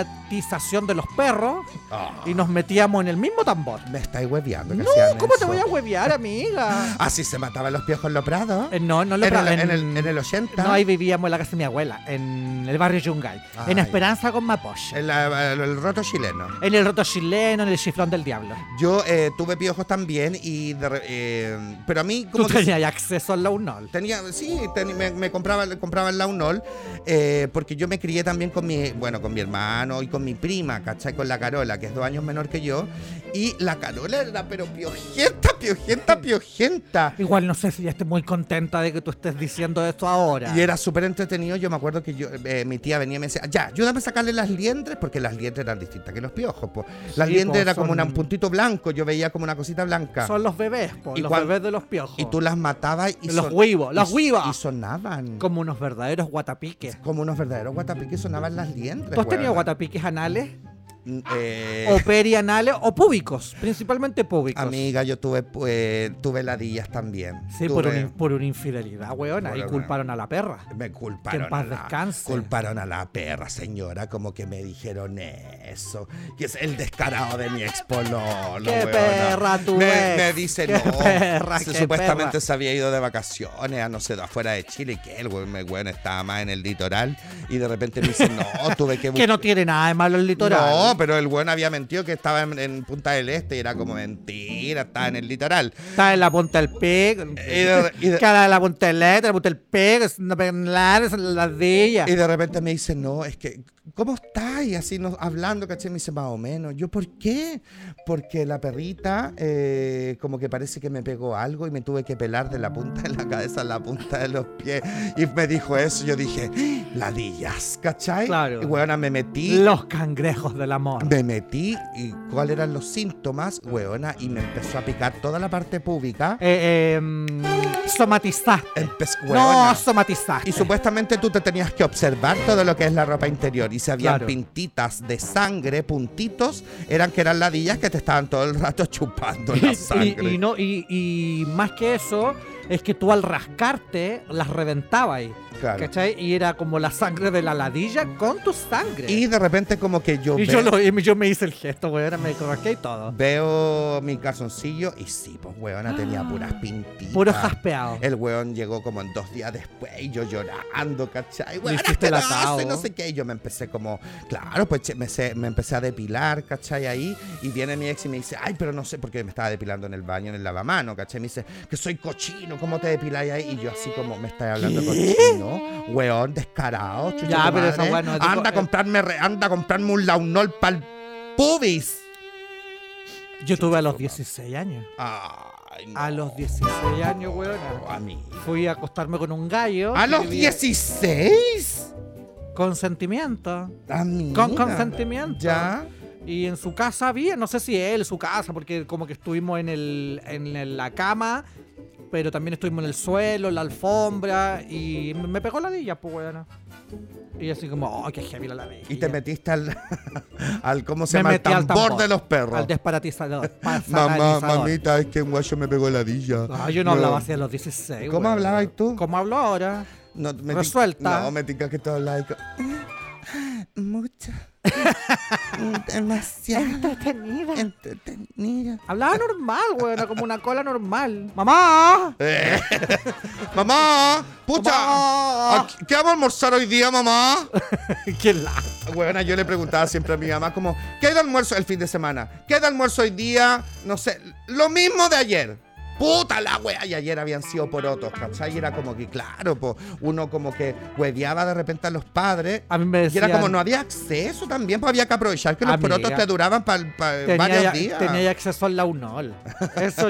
S2: desparatización de los perros
S3: Ah.
S2: y nos metíamos en el mismo tambor.
S3: Me estáis hueveando. que
S2: No,
S3: hacían
S2: ¿cómo te
S3: eso.
S2: voy a huevear, amiga?
S3: Así Ah, se mataban los piojos en los prados.
S2: Eh, no, no lo
S3: en, el,
S2: pra-
S3: en el- en el 80.
S2: No, ahí vivíamos en la casa de mi abuela, en el barrio Yungay,
S3: Ah,
S2: en
S3: ya.
S2: Esperanza con Mapoche,
S3: en la- el, el roto chileno.
S2: en el roto chileno, en el chiflón del diablo.
S3: Yo eh, tuve piojos también y de re- eh, pero a mí
S2: Tú
S3: como que
S2: tenías acceso al launol.
S3: Tenía, sí, teni- me, me compraba, le compraba el Launol, eh, porque yo me crié también con mi, bueno, con mi hermano y con mi prima, ¿cachai? Con la Carola, que es dos años menor que yo. Y la Carola era, pero piojenta, piojenta, piojenta.
S2: Igual no sé si ya estoy muy contenta de que tú estés diciendo esto ahora.
S3: Y era súper entretenido. Yo me acuerdo que yo, eh, mi tía venía y me decía, ya, ayúdame a sacarle las liendres, porque las liendres eran distintas que los piojos. po. Las
S2: Sí,
S3: liendres
S2: po,
S3: era como
S2: son-
S3: una- un puntito blanco, yo veía como una cosita blanca.
S2: Son los bebés, po,
S3: Y
S2: los
S3: cuan-
S2: bebés de los piojos.
S3: Y tú las matabas y
S2: Los
S3: son-
S2: huivos,
S3: y-
S2: las huivas.
S3: Y sonaban.
S2: Como unos verdaderos guatapiques.
S3: Como unos verdaderos guatapiques sonaban las liendres.
S2: ¿Tú has tenido Oh,
S3: weona.
S2: guatapiques anales?
S3: Mm, eh,
S2: ¿O perianales? ¿O púbicos? Principalmente púbicos.
S3: amiga, yo tuve pues, tuve ladillas también.
S2: Sí,
S3: Tuve-
S2: por, un- por una infidelidad, weona.
S3: Por
S2: Y
S3: una-
S2: culparon a la perra.
S3: me culparon.
S2: Que en
S3: a
S2: paz
S3: la-
S2: descanse.
S3: Culparon a la perra, señora, como que me dijeron eso. Que es el descarado de mi expololo.
S2: ¡Qué perra tu
S3: me,
S2: ex!
S3: me dice,
S2: ¡Qué
S3: no.
S2: perra,
S3: se-
S2: qué
S3: supuestamente
S2: perra!
S3: se había ido de vacaciones a no sé, afuera de Chile, que el weón, el weón estaba más en el litoral. Y de repente me dice, no, tuve que
S2: Que no tiene nada de malo el litoral.
S3: No, No, pero el weón había mentido que estaba en, en Punta del Este y era como mentira, estaba en el litoral.
S2: Está en la punta del pico.
S3: Y de- y de-
S2: Cara de la punta del este, la punta del pico. Es una penal, es la de ella.
S3: Y de repente me dice, no, es que, ¿cómo estás? Y así nos, hablando, ¿cachai? Me dice, más o menos. Yo, ¿por qué? Porque la perrita, eh, como que parece que me pegó algo y me tuve que pelar de la punta de la cabeza a la punta de los pies. Y me dijo eso. Yo dije, ladillas, ¿cachai?
S2: Claro.
S3: Y weona, me metí.
S2: Los cangrejos del amor.
S3: Me metí y cuáles eran los síntomas, weona, y me empezó a picar toda la parte pública.
S2: Eh, eh, mm, somatizaste.
S3: Empezó,
S2: no,
S3: weona.
S2: somatizaste.
S3: Em, Y supuestamente tú te tenías que observar todo lo que es la ropa interior. Y si habían
S2: Claro.
S3: pintitas de sangre, puntitos, eran que eran ladillas que te estaban todo el rato chupando la
S2: Y,
S3: sangre.
S2: y no, y, y más que eso, es que tú al rascarte las reventabas ahí.
S3: Claro.
S2: ¿Cachai? Y era como la sangre de la ladilla con tu sangre.
S3: Y de repente como que yo,
S2: Y
S3: ve-
S2: yo, lo, y yo me hice el gesto, güey, ahora me rasqué y todo.
S3: veo mi calzoncillo y sí, pues weona, tenía puras pintitas.
S2: Puro jaspeado.
S3: El weón llegó como en dos días después y yo llorando, ¿cachai?
S2: Le hiciste el
S3: asqueroso",
S2: atao.
S3: y no sé qué. Y yo me empecé como, claro, pues che, me, sé- me empecé a depilar, ¿cachai? Ahí. Y viene mi ex y me dice, ay, pero no sé, porque me estaba depilando en el baño, en el lavamano, ¿cachai? Me dice, que soy cochino, ¿cómo te depiláis ahí? Y yo así como, me estás hablando cochino, weón, descarado, chucha
S2: Ya,
S3: tu
S2: pero
S3: madre.
S2: esa weá no eh, es de co-
S3: Anda a comprarme, re- anda a comprarme un launol pa'l pubis.
S2: Yo tuve a los 16 años.
S3: Ay, no,
S2: A los 16 años, weón.
S3: amigo.
S2: Fui a acostarme con un gallo.
S3: A
S2: que
S3: los
S2: vivía-
S3: 16.
S2: Consentimiento.
S3: Amiga.
S2: Con consentimiento.
S3: Ah, Ya.
S2: Y en su casa había, no sé si él, su casa, porque como que estuvimos en, el, en el- la cama, pero también estuvimos en el suelo, en la alfombra, y me pegó la dilla, pues, weón. Y así como, oh, qué heavy la ladilla.
S3: Y te metiste al, al ¿cómo se
S2: Me
S3: llama? Al
S2: metí al
S3: tambor,
S2: tambor.
S3: de los perros.
S2: Al desparatizador.
S3: Mamá,
S2: satanizador.
S3: mamita, es que un guacho me pegó la dilla.
S2: Ah, yo no hablaba así a los 16.
S3: ¿Cómo
S2: weón.
S3: hablabas tú?
S2: ¿Cómo hablo ahora?
S3: No, me ti-
S2: Resuelta.
S3: No, me tica que tú hablabas. y- Mucho. Demasiado.
S2: Entretenida.
S3: Entretenida.
S2: Hablaba normal, weón, como una cola normal. ¡Mamá!
S3: Eh, mamá, pucha,
S2: Mamá.
S3: ¿a qué- ¿qué vamos a almorzar hoy día, mamá?
S2: ¡Qué la!
S3: Bueno, yo le preguntaba siempre a mi mamá como, ¿qué de almuerzo el fin de semana? ¿Qué de almuerzo hoy día? No sé, lo mismo de ayer. Puta la wea, y ayer habían sido porotos, ¿cachai? Y era como que, claro, po, uno como que hueveaba de repente a los padres.
S2: A mí me
S3: Y era
S2: decían...
S3: como no había acceso también, pues había que aprovechar que los
S2: Amiga,
S3: porotos te duraban para
S2: Tenía,
S3: varios
S2: ya-
S3: días.
S2: tenía ya acceso al launol. Eso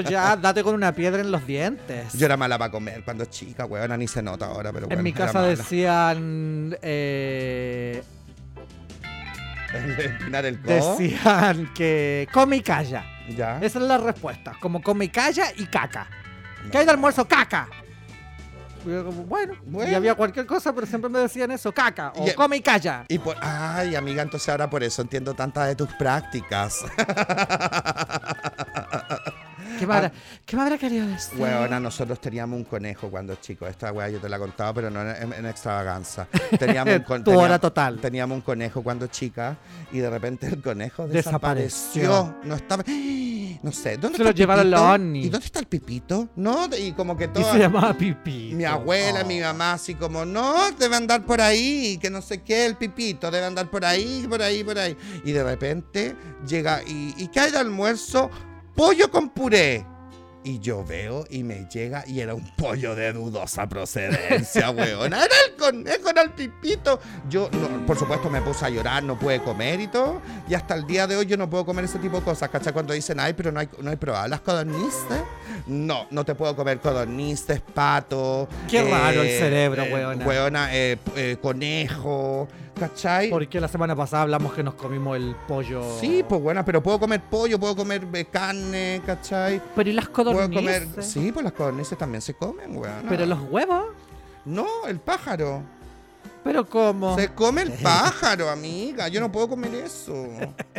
S2: ya, date con una piedra en los dientes.
S3: Yo era mala para comer cuando chica, weona, ni se nota ahora, pero
S2: en
S3: bueno,
S2: mi
S3: era
S2: casa
S3: mala.
S2: decían... eh,
S3: Empinar el codo,
S2: decían que come y calla.
S3: ya.
S2: Esa es la respuesta. Como come y calla y caca.
S3: No.
S2: ¿Qué hay de almuerzo? Caca. Y yo como, bueno,
S3: Bueno.
S2: y había cualquier cosa, pero siempre me decían eso, caca, o
S3: Y-
S2: come y calla.
S3: Y por, ay, amiga, entonces ahora por eso entiendo tantas de tus prácticas.
S2: ¿Qué me, habrá, ¿Qué me habrá querido decir?
S3: Weona, nosotros teníamos un conejo cuando chicos. Esta weá yo te la he contado, pero no en, en extravaganza. Teníamos un con-
S2: Tu hora
S3: teníamos-
S2: total.
S3: Teníamos un conejo cuando chica y de repente el conejo
S2: Desapareció.
S3: desapareció. No estaba. No sé, ¿dónde
S2: Se
S3: está
S2: lo
S3: el
S2: llevaron
S3: Pipito?
S2: los ovnis.
S3: ¿Y dónde está el pipito? No, y como que
S2: Y
S3: todo.
S2: se llamaba Pipi.
S3: Mi abuela, mi mamá, así como, no, debe andar por ahí, que no sé qué, el pipito, debe andar por ahí, por ahí, por ahí. Y de repente llega y, y cae de almuerzo pollo con puré. Y yo veo y me llega y era un pollo de dudosa procedencia, weón. Ah, Era el conejo, era el pipito. Yo, no, por supuesto, me puse a llorar, no pude comer y todo. Y hasta el día de hoy yo no puedo comer ese tipo de cosas, ¿cachai? Cuando dicen, ay, pero no hay, no hay probado las codornices. No, no te puedo comer codornices, pato. eh,
S2: Qué raro el cerebro, weona.
S3: Weona, eh, eh, conejo, ¿cachai?
S2: Oh. Porque la semana pasada hablamos que nos comimos el pollo.
S3: Sí, pues buena, pero puedo comer pollo, puedo comer eh, carne, ¿cachai?
S2: Pero ¿y las
S3: Puedo
S2: codornices?
S3: comer. Sí, pues las codornices también se comen, weón.
S2: Pero los huevos,
S3: No, el pájaro.
S2: pero cómo.
S3: Se come el pájaro, amiga. Yo no puedo comer eso.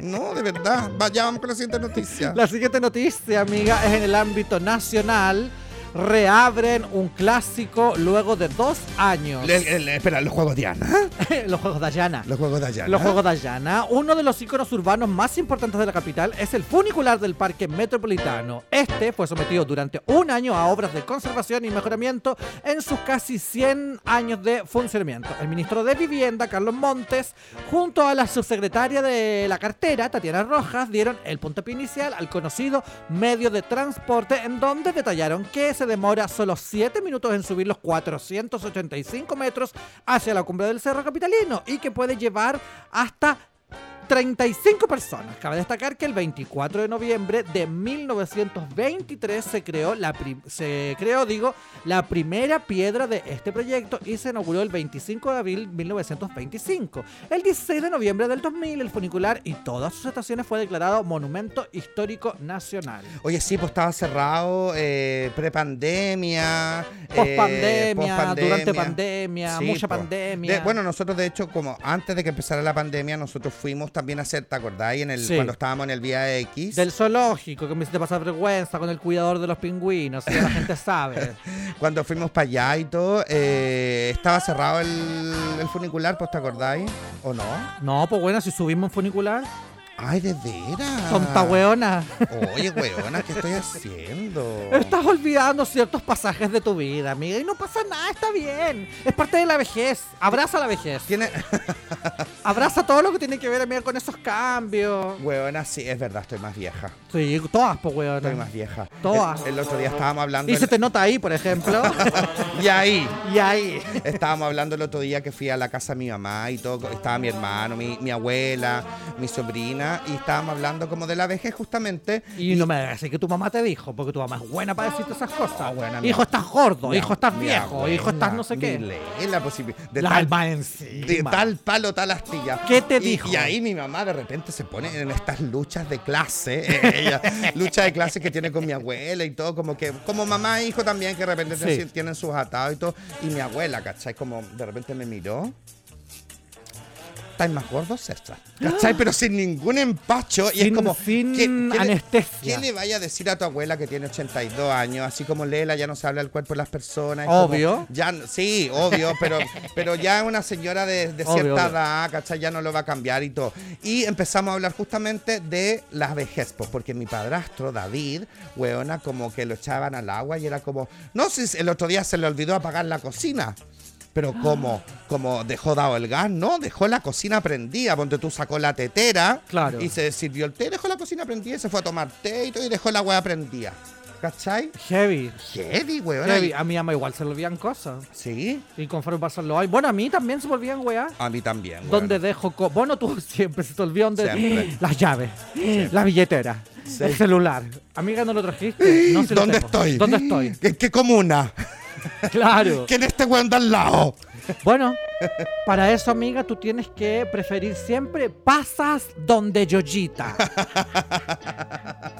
S3: No, de verdad. Vaya, vamos con la siguiente noticia.
S2: La siguiente noticia, amiga, es en el ámbito nacional. reabren un clásico luego de dos años.
S3: Le- le- espera, los juegos Diana.
S2: los Juegos Dayana.
S3: Los juegos Diana.
S2: Los Juegos Dayana, uno de los íconos urbanos más importantes de la capital, es el funicular del Parque Metropolitano. Este fue sometido durante un año a obras de conservación y mejoramiento en sus casi 100 años de funcionamiento. El ministro de Vivienda, Carlos Montes, junto a la subsecretaria de la cartera, Tatiana Rojas, dieron el puntapié inicial al conocido medio de transporte, en donde detallaron que se demora solo 7 minutos en subir los 485 metros hacia la cumbre del Cerro Capitalino y que puede llevar hasta 35 personas. Cabe destacar que el 24 de noviembre de 1923 se creó la pri- se creó, digo, la primera piedra de este proyecto y se inauguró el 25 de abril de 1925. El 16 de noviembre del 2000 el funicular y todas sus estaciones fue declarado Monumento Histórico Nacional.
S3: Oye, sí, pues estaba cerrado eh, prepandemia. eh,
S2: Pospandemia,
S3: pospandemia.
S2: durante pandemia,
S3: Sí,
S2: mucha
S3: po.
S2: pandemia.
S3: De- bueno, nosotros de hecho, como antes de que empezara la pandemia, nosotros fuimos también a hacer, ¿te acordáis? En el,
S2: Sí.
S3: Cuando estábamos en el Vía X.
S2: Del zoológico, que me hiciste pasar vergüenza con el cuidador de los pingüinos, ya la gente sabe.
S3: Cuando fuimos para allá y todo, eh, estaba cerrado el, el funicular, pues, ¿te acordáis? ¿O no?
S2: No, pues bueno, si subimos en funicular,
S3: Ay, de veras.
S2: tonta weona.
S3: Oye, weona, ¿qué estoy haciendo?
S2: Estás olvidando ciertos pasajes de tu vida, amiga, y no pasa nada, está bien. Es parte de la vejez. Abraza la vejez.
S3: Tiene.
S2: Abraza todo lo que tiene que ver, amiga, con esos cambios.
S3: Weona, sí, es verdad, estoy más vieja.
S2: Sí, todas, pues
S3: Estoy
S2: weona.
S3: más vieja.
S2: Todas.
S3: El, el otro día estábamos hablando.
S2: Y se
S3: el-
S2: te nota ahí, por ejemplo.
S3: y ahí.
S2: y ahí.
S3: Estábamos hablando el otro día que fui a la casa de mi mamá y todo, estaba mi hermano, mi, mi abuela, mi sobrina, y estábamos hablando como de la vejez justamente.
S2: Y no me digas así que tu mamá te dijo, porque tu mamá es buena para decirte esas cosas.
S3: buena, mi
S2: hijo,
S3: ab-
S2: estás gordo,
S3: Mi
S2: hijo, estás
S3: ab- mi
S2: viejo, hijo, estás no sé
S3: abuela,
S2: qué.
S3: ni leerla, pues, si- de,
S2: La
S3: tal,
S2: alma
S3: de
S2: encima.
S3: tal palo, tal astilla.
S2: ¿Qué te
S3: Y-
S2: dijo?
S3: Y ahí mi mamá de repente se pone en estas luchas de clase, eh, ella, lucha de clase que tiene con mi abuela y todo, como que, como mamá e hijo también, que de repente
S2: Sí.
S3: se- tienen sus atados y todo. Y mi abuela, ¿cachai? Como de repente me miró. Estás más gordo, César. ¿Cachai? Pero sin ningún empacho. y
S2: Sin-
S3: es como.
S2: sin
S3: le-
S2: anestesia.
S3: ¿Qué le vaya a decir a tu abuela que tiene 82 años? Así como Lela ya no se habla el cuerpo de las personas. es como-
S2: Obvio.
S3: ya, no- sí, obvio, pero, pero ya es una señora de, de
S2: Obvio,
S3: cierta
S2: obvio.
S3: edad, ¿cachai? Ya no lo va a cambiar y todo. Y empezamos a hablar justamente de las vejez, pues, porque mi padrastro, David, weona, como que lo echaban al agua y era como, no, si el otro día se le olvidó apagar la cocina. Pero
S2: Ah.
S3: como, como dejó dado el gas, ¿no? Dejó la cocina prendida. Ponte tú sacó la tetera
S2: Claro.
S3: y se sirvió el té, dejó la cocina prendida y se fue a tomar té y todo y dejó la hueá prendida. ¿Cachai?
S2: Heavy.
S3: Heavy, weona.
S2: heavy. A mi mamá igual se le olvidan cosas.
S3: Sí,
S2: Y conforme pasan los años. Bueno, a mí también se me olvidan, weá.
S3: a mí también.
S2: Donde
S3: weona.
S2: dejo. co- bueno, tú siempre se te olvidan de
S3: Siempre.
S2: las llaves, la billetera, el celular. Amiga, no lo trajiste. No, sí lo
S3: ¿Dónde
S2: tengo.
S3: estoy?
S2: ¿Dónde estoy?
S3: ¿En qué comuna?
S2: Claro.
S3: ¿Quién es este weón de al lado?
S2: Bueno, para eso, amiga, tú tienes que preferir siempre pasas donde Yoyita.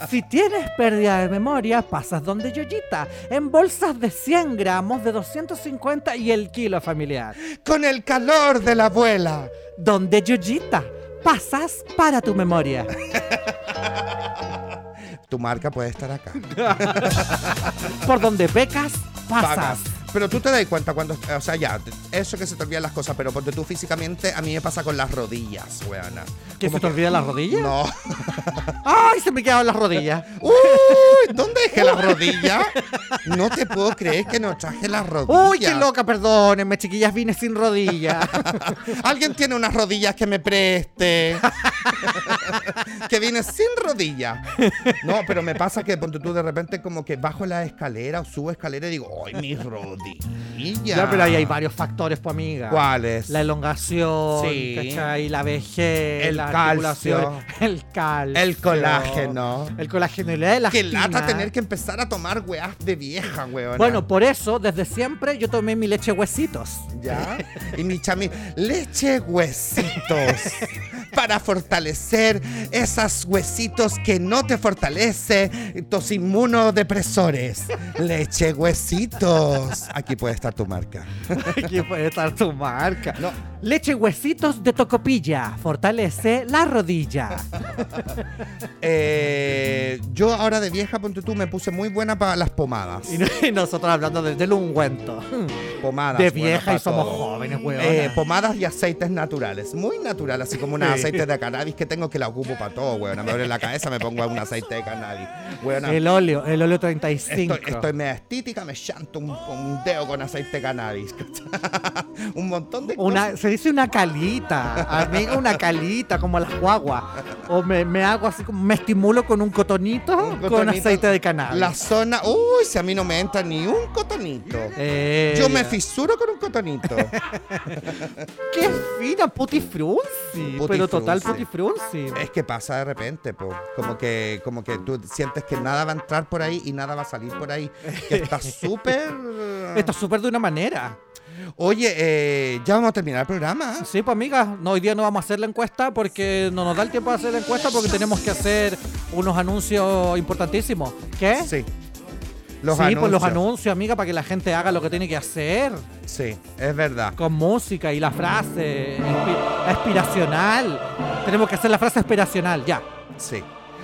S2: Si tienes pérdida de memoria, pasas donde Yoyita. En bolsas de 100 gramos, de 250 y el kilo familiar.
S3: Con el calor de la abuela.
S2: Donde Yoyita. Pasas para tu memoria.
S3: Tu marca puede estar acá.
S2: Por donde pecas, pasas.
S3: Pagas. Pero tú te das cuenta cuando. eh, O sea, ya, te- eso que se te olvidan las cosas, pero porque tú físicamente, a mí me pasa con las rodillas, weona.
S2: ¿Que se te olvida las rodillas?
S3: No.
S2: ¡Ay, se me quedaron las rodillas!
S3: ¡Uy! ¿Dónde dejé las rodillas? No te puedo creer que no traje las rodillas.
S2: ¡Uy, qué loca! Perdónenme, chiquillas, vine sin rodillas.
S3: Alguien tiene unas rodillas que me preste. que viene sin rodillas. No, pero me pasa que ponte tú de repente como que bajo la escalera o subo escalera y digo, ¡ay, mis rodillas!
S2: Ya, pero ahí hay varios factores, pues, amiga.
S3: Ah, ¿Cuáles?
S2: La elongación,
S3: Sí.
S2: ¿cachai? La vejez,
S3: El
S2: la
S3: calcio.
S2: articulación, el calcio.
S3: El colágeno.
S2: El colágeno y la
S3: Que
S2: elastina.
S3: lata tener que empezar a tomar weás de vieja, weón.
S2: Bueno, por eso, desde siempre, yo tomé mi leche huesitos.
S3: ¿Ya? Y mi chami, leche huesitos. para fortalecer esos huesitos que no te fortalece, tus inmunodepresores. Leche huesitos. Aquí puede estar. estar tu marca.
S2: Aquí puede estar tu marca.
S3: No.
S2: Leche y huesitos de tocopilla. Fortalece la rodilla.
S3: Eh, yo ahora de vieja, ponte tú, me puse muy buena para las pomadas.
S2: Y, no- y nosotros hablando de- del ungüento.
S3: Pomadas.
S2: De
S3: bueno,
S2: vieja
S3: pa'
S2: y somos
S3: todo.
S2: jóvenes, weón.
S3: Eh, pomadas y aceites naturales, muy natural, así como un
S2: Sí.
S3: aceite de cannabis que tengo que la ocupo para todo, weón. Me duele la cabeza, me pongo un aceite de cannabis. Weona,
S2: el óleo, el óleo
S3: estoy,
S2: 35.
S3: estoy media estítica, me llanto un, un dedo con aceite de cannabis. ¿cachai? un montón de
S2: Una, se dice una calita, amiga, una calita, como las guaguas. O me, me hago así, como- me estimulo con un cotonito,
S3: Un
S2: con
S3: cotonito.
S2: aceite de cannabis.
S3: La zona, uy, si a mí no me entra ni un cotonito.
S2: Eh,
S3: Yo me fisuro con un cotonito.
S2: Qué fina, puti frunzi.
S3: Puti
S2: pero total
S3: frunzi.
S2: puti frunzi.
S3: Es que pasa de repente, po. como que como que tú sientes que nada va a entrar por ahí y nada va a salir por ahí. Que está súper.
S2: Esto es súper de una manera.
S3: Oye, eh, ya vamos a terminar el programa.
S2: Sí, pues amiga, no, hoy día no vamos a hacer la encuesta porque no nos da el tiempo de hacer la encuesta porque tenemos que hacer unos anuncios importantísimos. ¿Qué?
S3: Sí.
S2: sí, pues los anuncios, amiga, para que la gente haga lo que tiene que hacer
S3: Sí, es verdad.
S2: con música y la frase inspi- aspiracional. Tenemos que hacer la frase aspiracional, ya.
S3: Sí.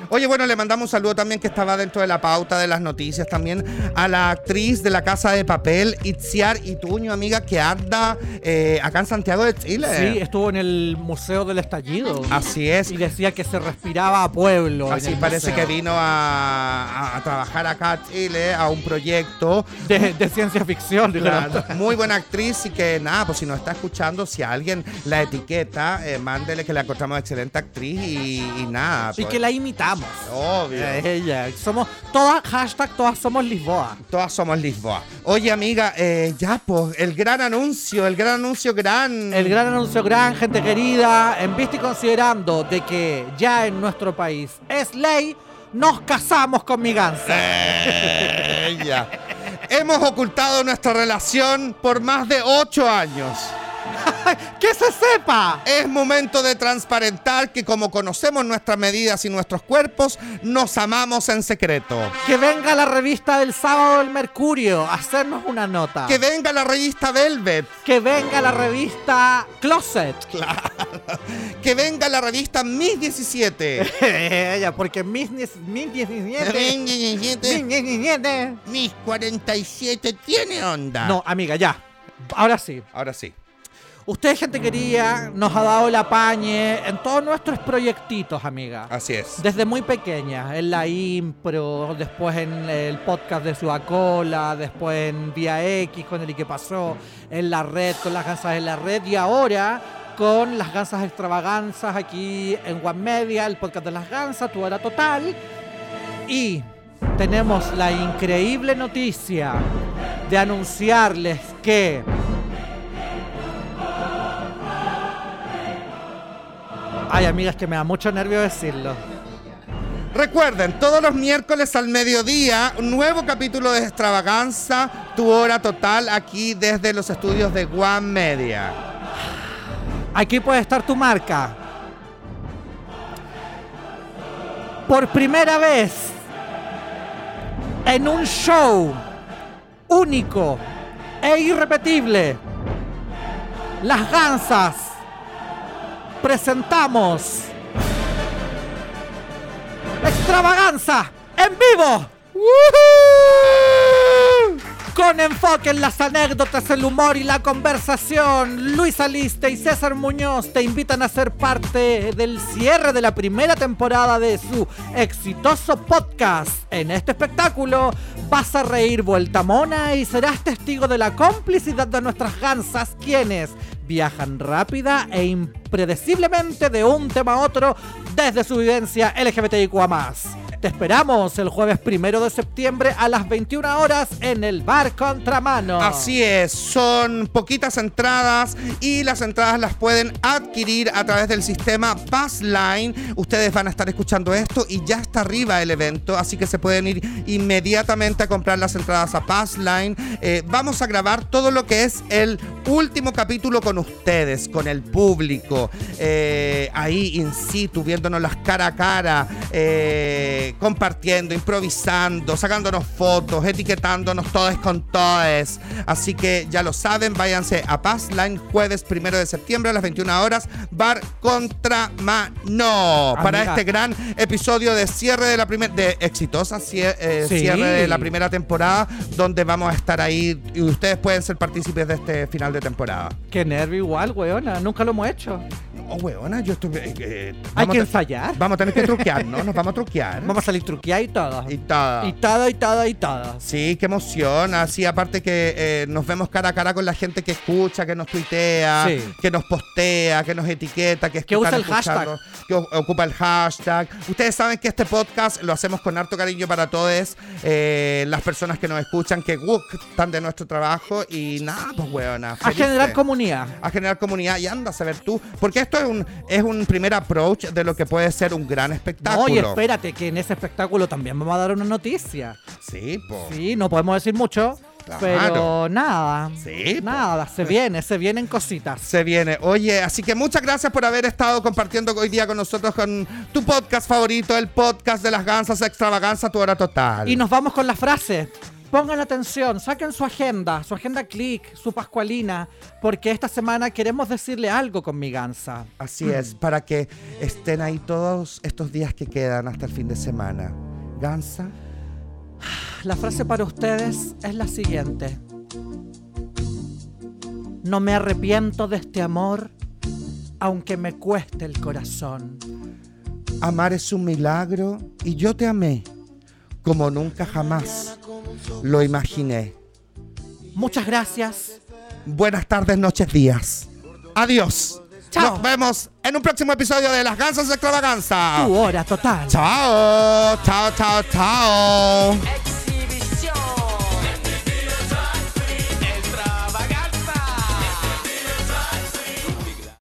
S3: Oye, bueno, le mandamos un saludo también que estaba dentro de la pauta de las noticias también a la actriz de la Casa de Papel, Itziar Ituño, amiga, que anda eh, acá en Santiago de Chile.
S2: Sí, estuvo en el Museo del Estallido
S3: Así es.
S2: y decía que se respiraba a pueblo. en
S3: Así
S2: el
S3: parece que
S2: museo.
S3: vino a, a- a trabajar acá a Chile, a un proyecto.
S2: de, de ciencia ficción. de la-
S3: Claro, Muy buena actriz y que nada, pues si nos está escuchando, si alguien la etiqueta, eh, mándele que la encontramos excelente actriz y, y nada.
S2: Y
S3: pues,
S2: que la imitamos.
S3: Obvio.
S2: Eh, Ella. Somos todas, hashtag todas somos Lisboa.
S3: Todas somos Lisboa. Oye, amiga, eh, ya, pues, el gran anuncio, el gran anuncio, gran.
S2: El gran anuncio, gran gente querida, en vista y considerando de que ya en nuestro país es ley, nos casamos con Miganza.
S3: Eh, ya. Hemos ocultado nuestra relación por más de ocho años.
S2: ¡Que se sepa!
S3: Es momento de transparentar que como conocemos nuestras medidas y nuestros cuerpos, nos amamos en secreto.
S2: Que venga la revista del sábado del Mercurio a hacernos una nota.
S3: Que venga la revista Velvet,
S2: Que venga la revista Closet.
S3: que venga la revista Mis
S2: Eh,
S3: 17.
S2: Ella, porque mis, mis, mis 17, mis 17.
S3: Mis 47 tiene onda.
S2: No, amiga, ya. Ahora sí.
S3: Ahora sí.
S2: Usted, gente querida, nos ha dado el apañe en todos nuestros proyectitos, amiga.
S3: Así es.
S2: Desde muy pequeña, en la impro, después en el podcast de Suacola, después en Vía X con el y que pasó, en la red, con las gansas en la red y ahora con las gansas extravaganzas aquí en One Media, el podcast de las gansas, tu hora total. Y tenemos la increíble noticia de anunciarles que. Ay, amigas, que me da mucho nervio decirlo.
S3: Recuerden, todos los miércoles al mediodía, un nuevo capítulo de Extravaganza, tu hora total, aquí desde los estudios de One Media.
S2: Aquí puede estar tu marca. Por primera vez en un show único e irrepetible, las Gansas presentamos Extravaganza en vivo. Con enfoque en las anécdotas, el humor y la conversación, Luis Aliste y César Muñoz te invitan a ser parte del cierre de la primera temporada de su exitoso podcast. En este espectáculo vas a reír vuelta mona y serás testigo de la complicidad de nuestras gansas, quienes viajan rápida e impredeciblemente de un tema a otro desde su vivencia LGBTIQ+. Te esperamos el jueves primero de septiembre a las 21 horas en el bar Contramano.
S3: Así es, son poquitas entradas y las entradas las pueden adquirir a través del sistema Passline. Ustedes van a estar escuchando esto y ya está arriba el evento, así que se pueden ir inmediatamente a comprar las entradas a Passline. Eh, vamos a grabar todo lo que es el último capítulo con ustedes, con el público, eh, ahí in situ, viéndonos las cara a cara, eh, compartiendo, improvisando, sacándonos fotos, etiquetándonos todos con todos. Así que ya lo saben, váyanse a Paz Line jueves primero de septiembre a las 21 horas, bar contra mano. Para
S2: Amiga.
S3: este gran episodio de cierre de la primera, de exitosa cie- eh,
S2: Sí.
S3: cierre de la primera temporada, donde vamos a estar ahí y ustedes pueden ser partícipes de este final de temporada.
S2: Qué nervio igual, weona. Nunca lo hemos hecho.
S3: Oh, weona, yo estuve. eh, eh,
S2: Hay
S3: vamos
S2: que
S3: a te-
S2: ensayar.
S3: Vamos a tener que truquear, ¿no? Nos vamos a truquear.
S2: Vamos a salir truqueados y todo.
S3: Y todo.
S2: Y todo, y todo, y todo.
S3: Sí, qué emoción. Así, aparte que eh, nos vemos cara a cara con la gente que escucha, que nos tuitea,
S2: Sí.
S3: que nos postea, que nos etiqueta, que, es
S2: Que
S3: que
S2: usa
S3: están
S2: el hashtag.
S3: escuchando, Que o- ocupa el hashtag. Ustedes saben que este podcast lo hacemos con harto cariño para todos eh, las personas que nos escuchan, que gustan de nuestro trabajo y nada, pues, weona.
S2: A generar
S3: felices
S2: comunidad.
S3: a generar comunidad y anda a saber tú, porque esto es un, es un primer approach de lo que puede ser un gran espectáculo.
S2: Oye, espérate, que en ese espectáculo también vamos a dar una noticia.
S3: Sí, po.
S2: Sí, no podemos decir mucho,
S3: Claro.
S2: pero nada.
S3: Sí, pues. po.
S2: Nada, se viene, se vienen cositas.
S3: Se viene. Oye, así que muchas gracias por haber estado compartiendo hoy día con nosotros con tu podcast favorito, el podcast de las gansas extravaganza, tu hora total.
S2: Y nos vamos con la frase. Pongan atención, saquen su agenda, su agenda click, su pascualina, porque esta semana queremos decirle algo con mi gansa.
S3: Así es, para que estén ahí todos estos días que quedan hasta el fin de semana. Gansa.
S2: La frase para ustedes es la siguiente. No me arrepiento de este amor, aunque me cueste el corazón.
S3: Amar es un milagro y yo te amé como nunca jamás lo imaginé.
S2: Muchas gracias.
S3: Buenas tardes, noches, días. Adiós.
S2: Chao.
S3: Nos vemos en un próximo episodio de Las Gansas Extravaganza.
S2: Tu hora total.
S3: Chao, chao, chao, chao.
S1: Extra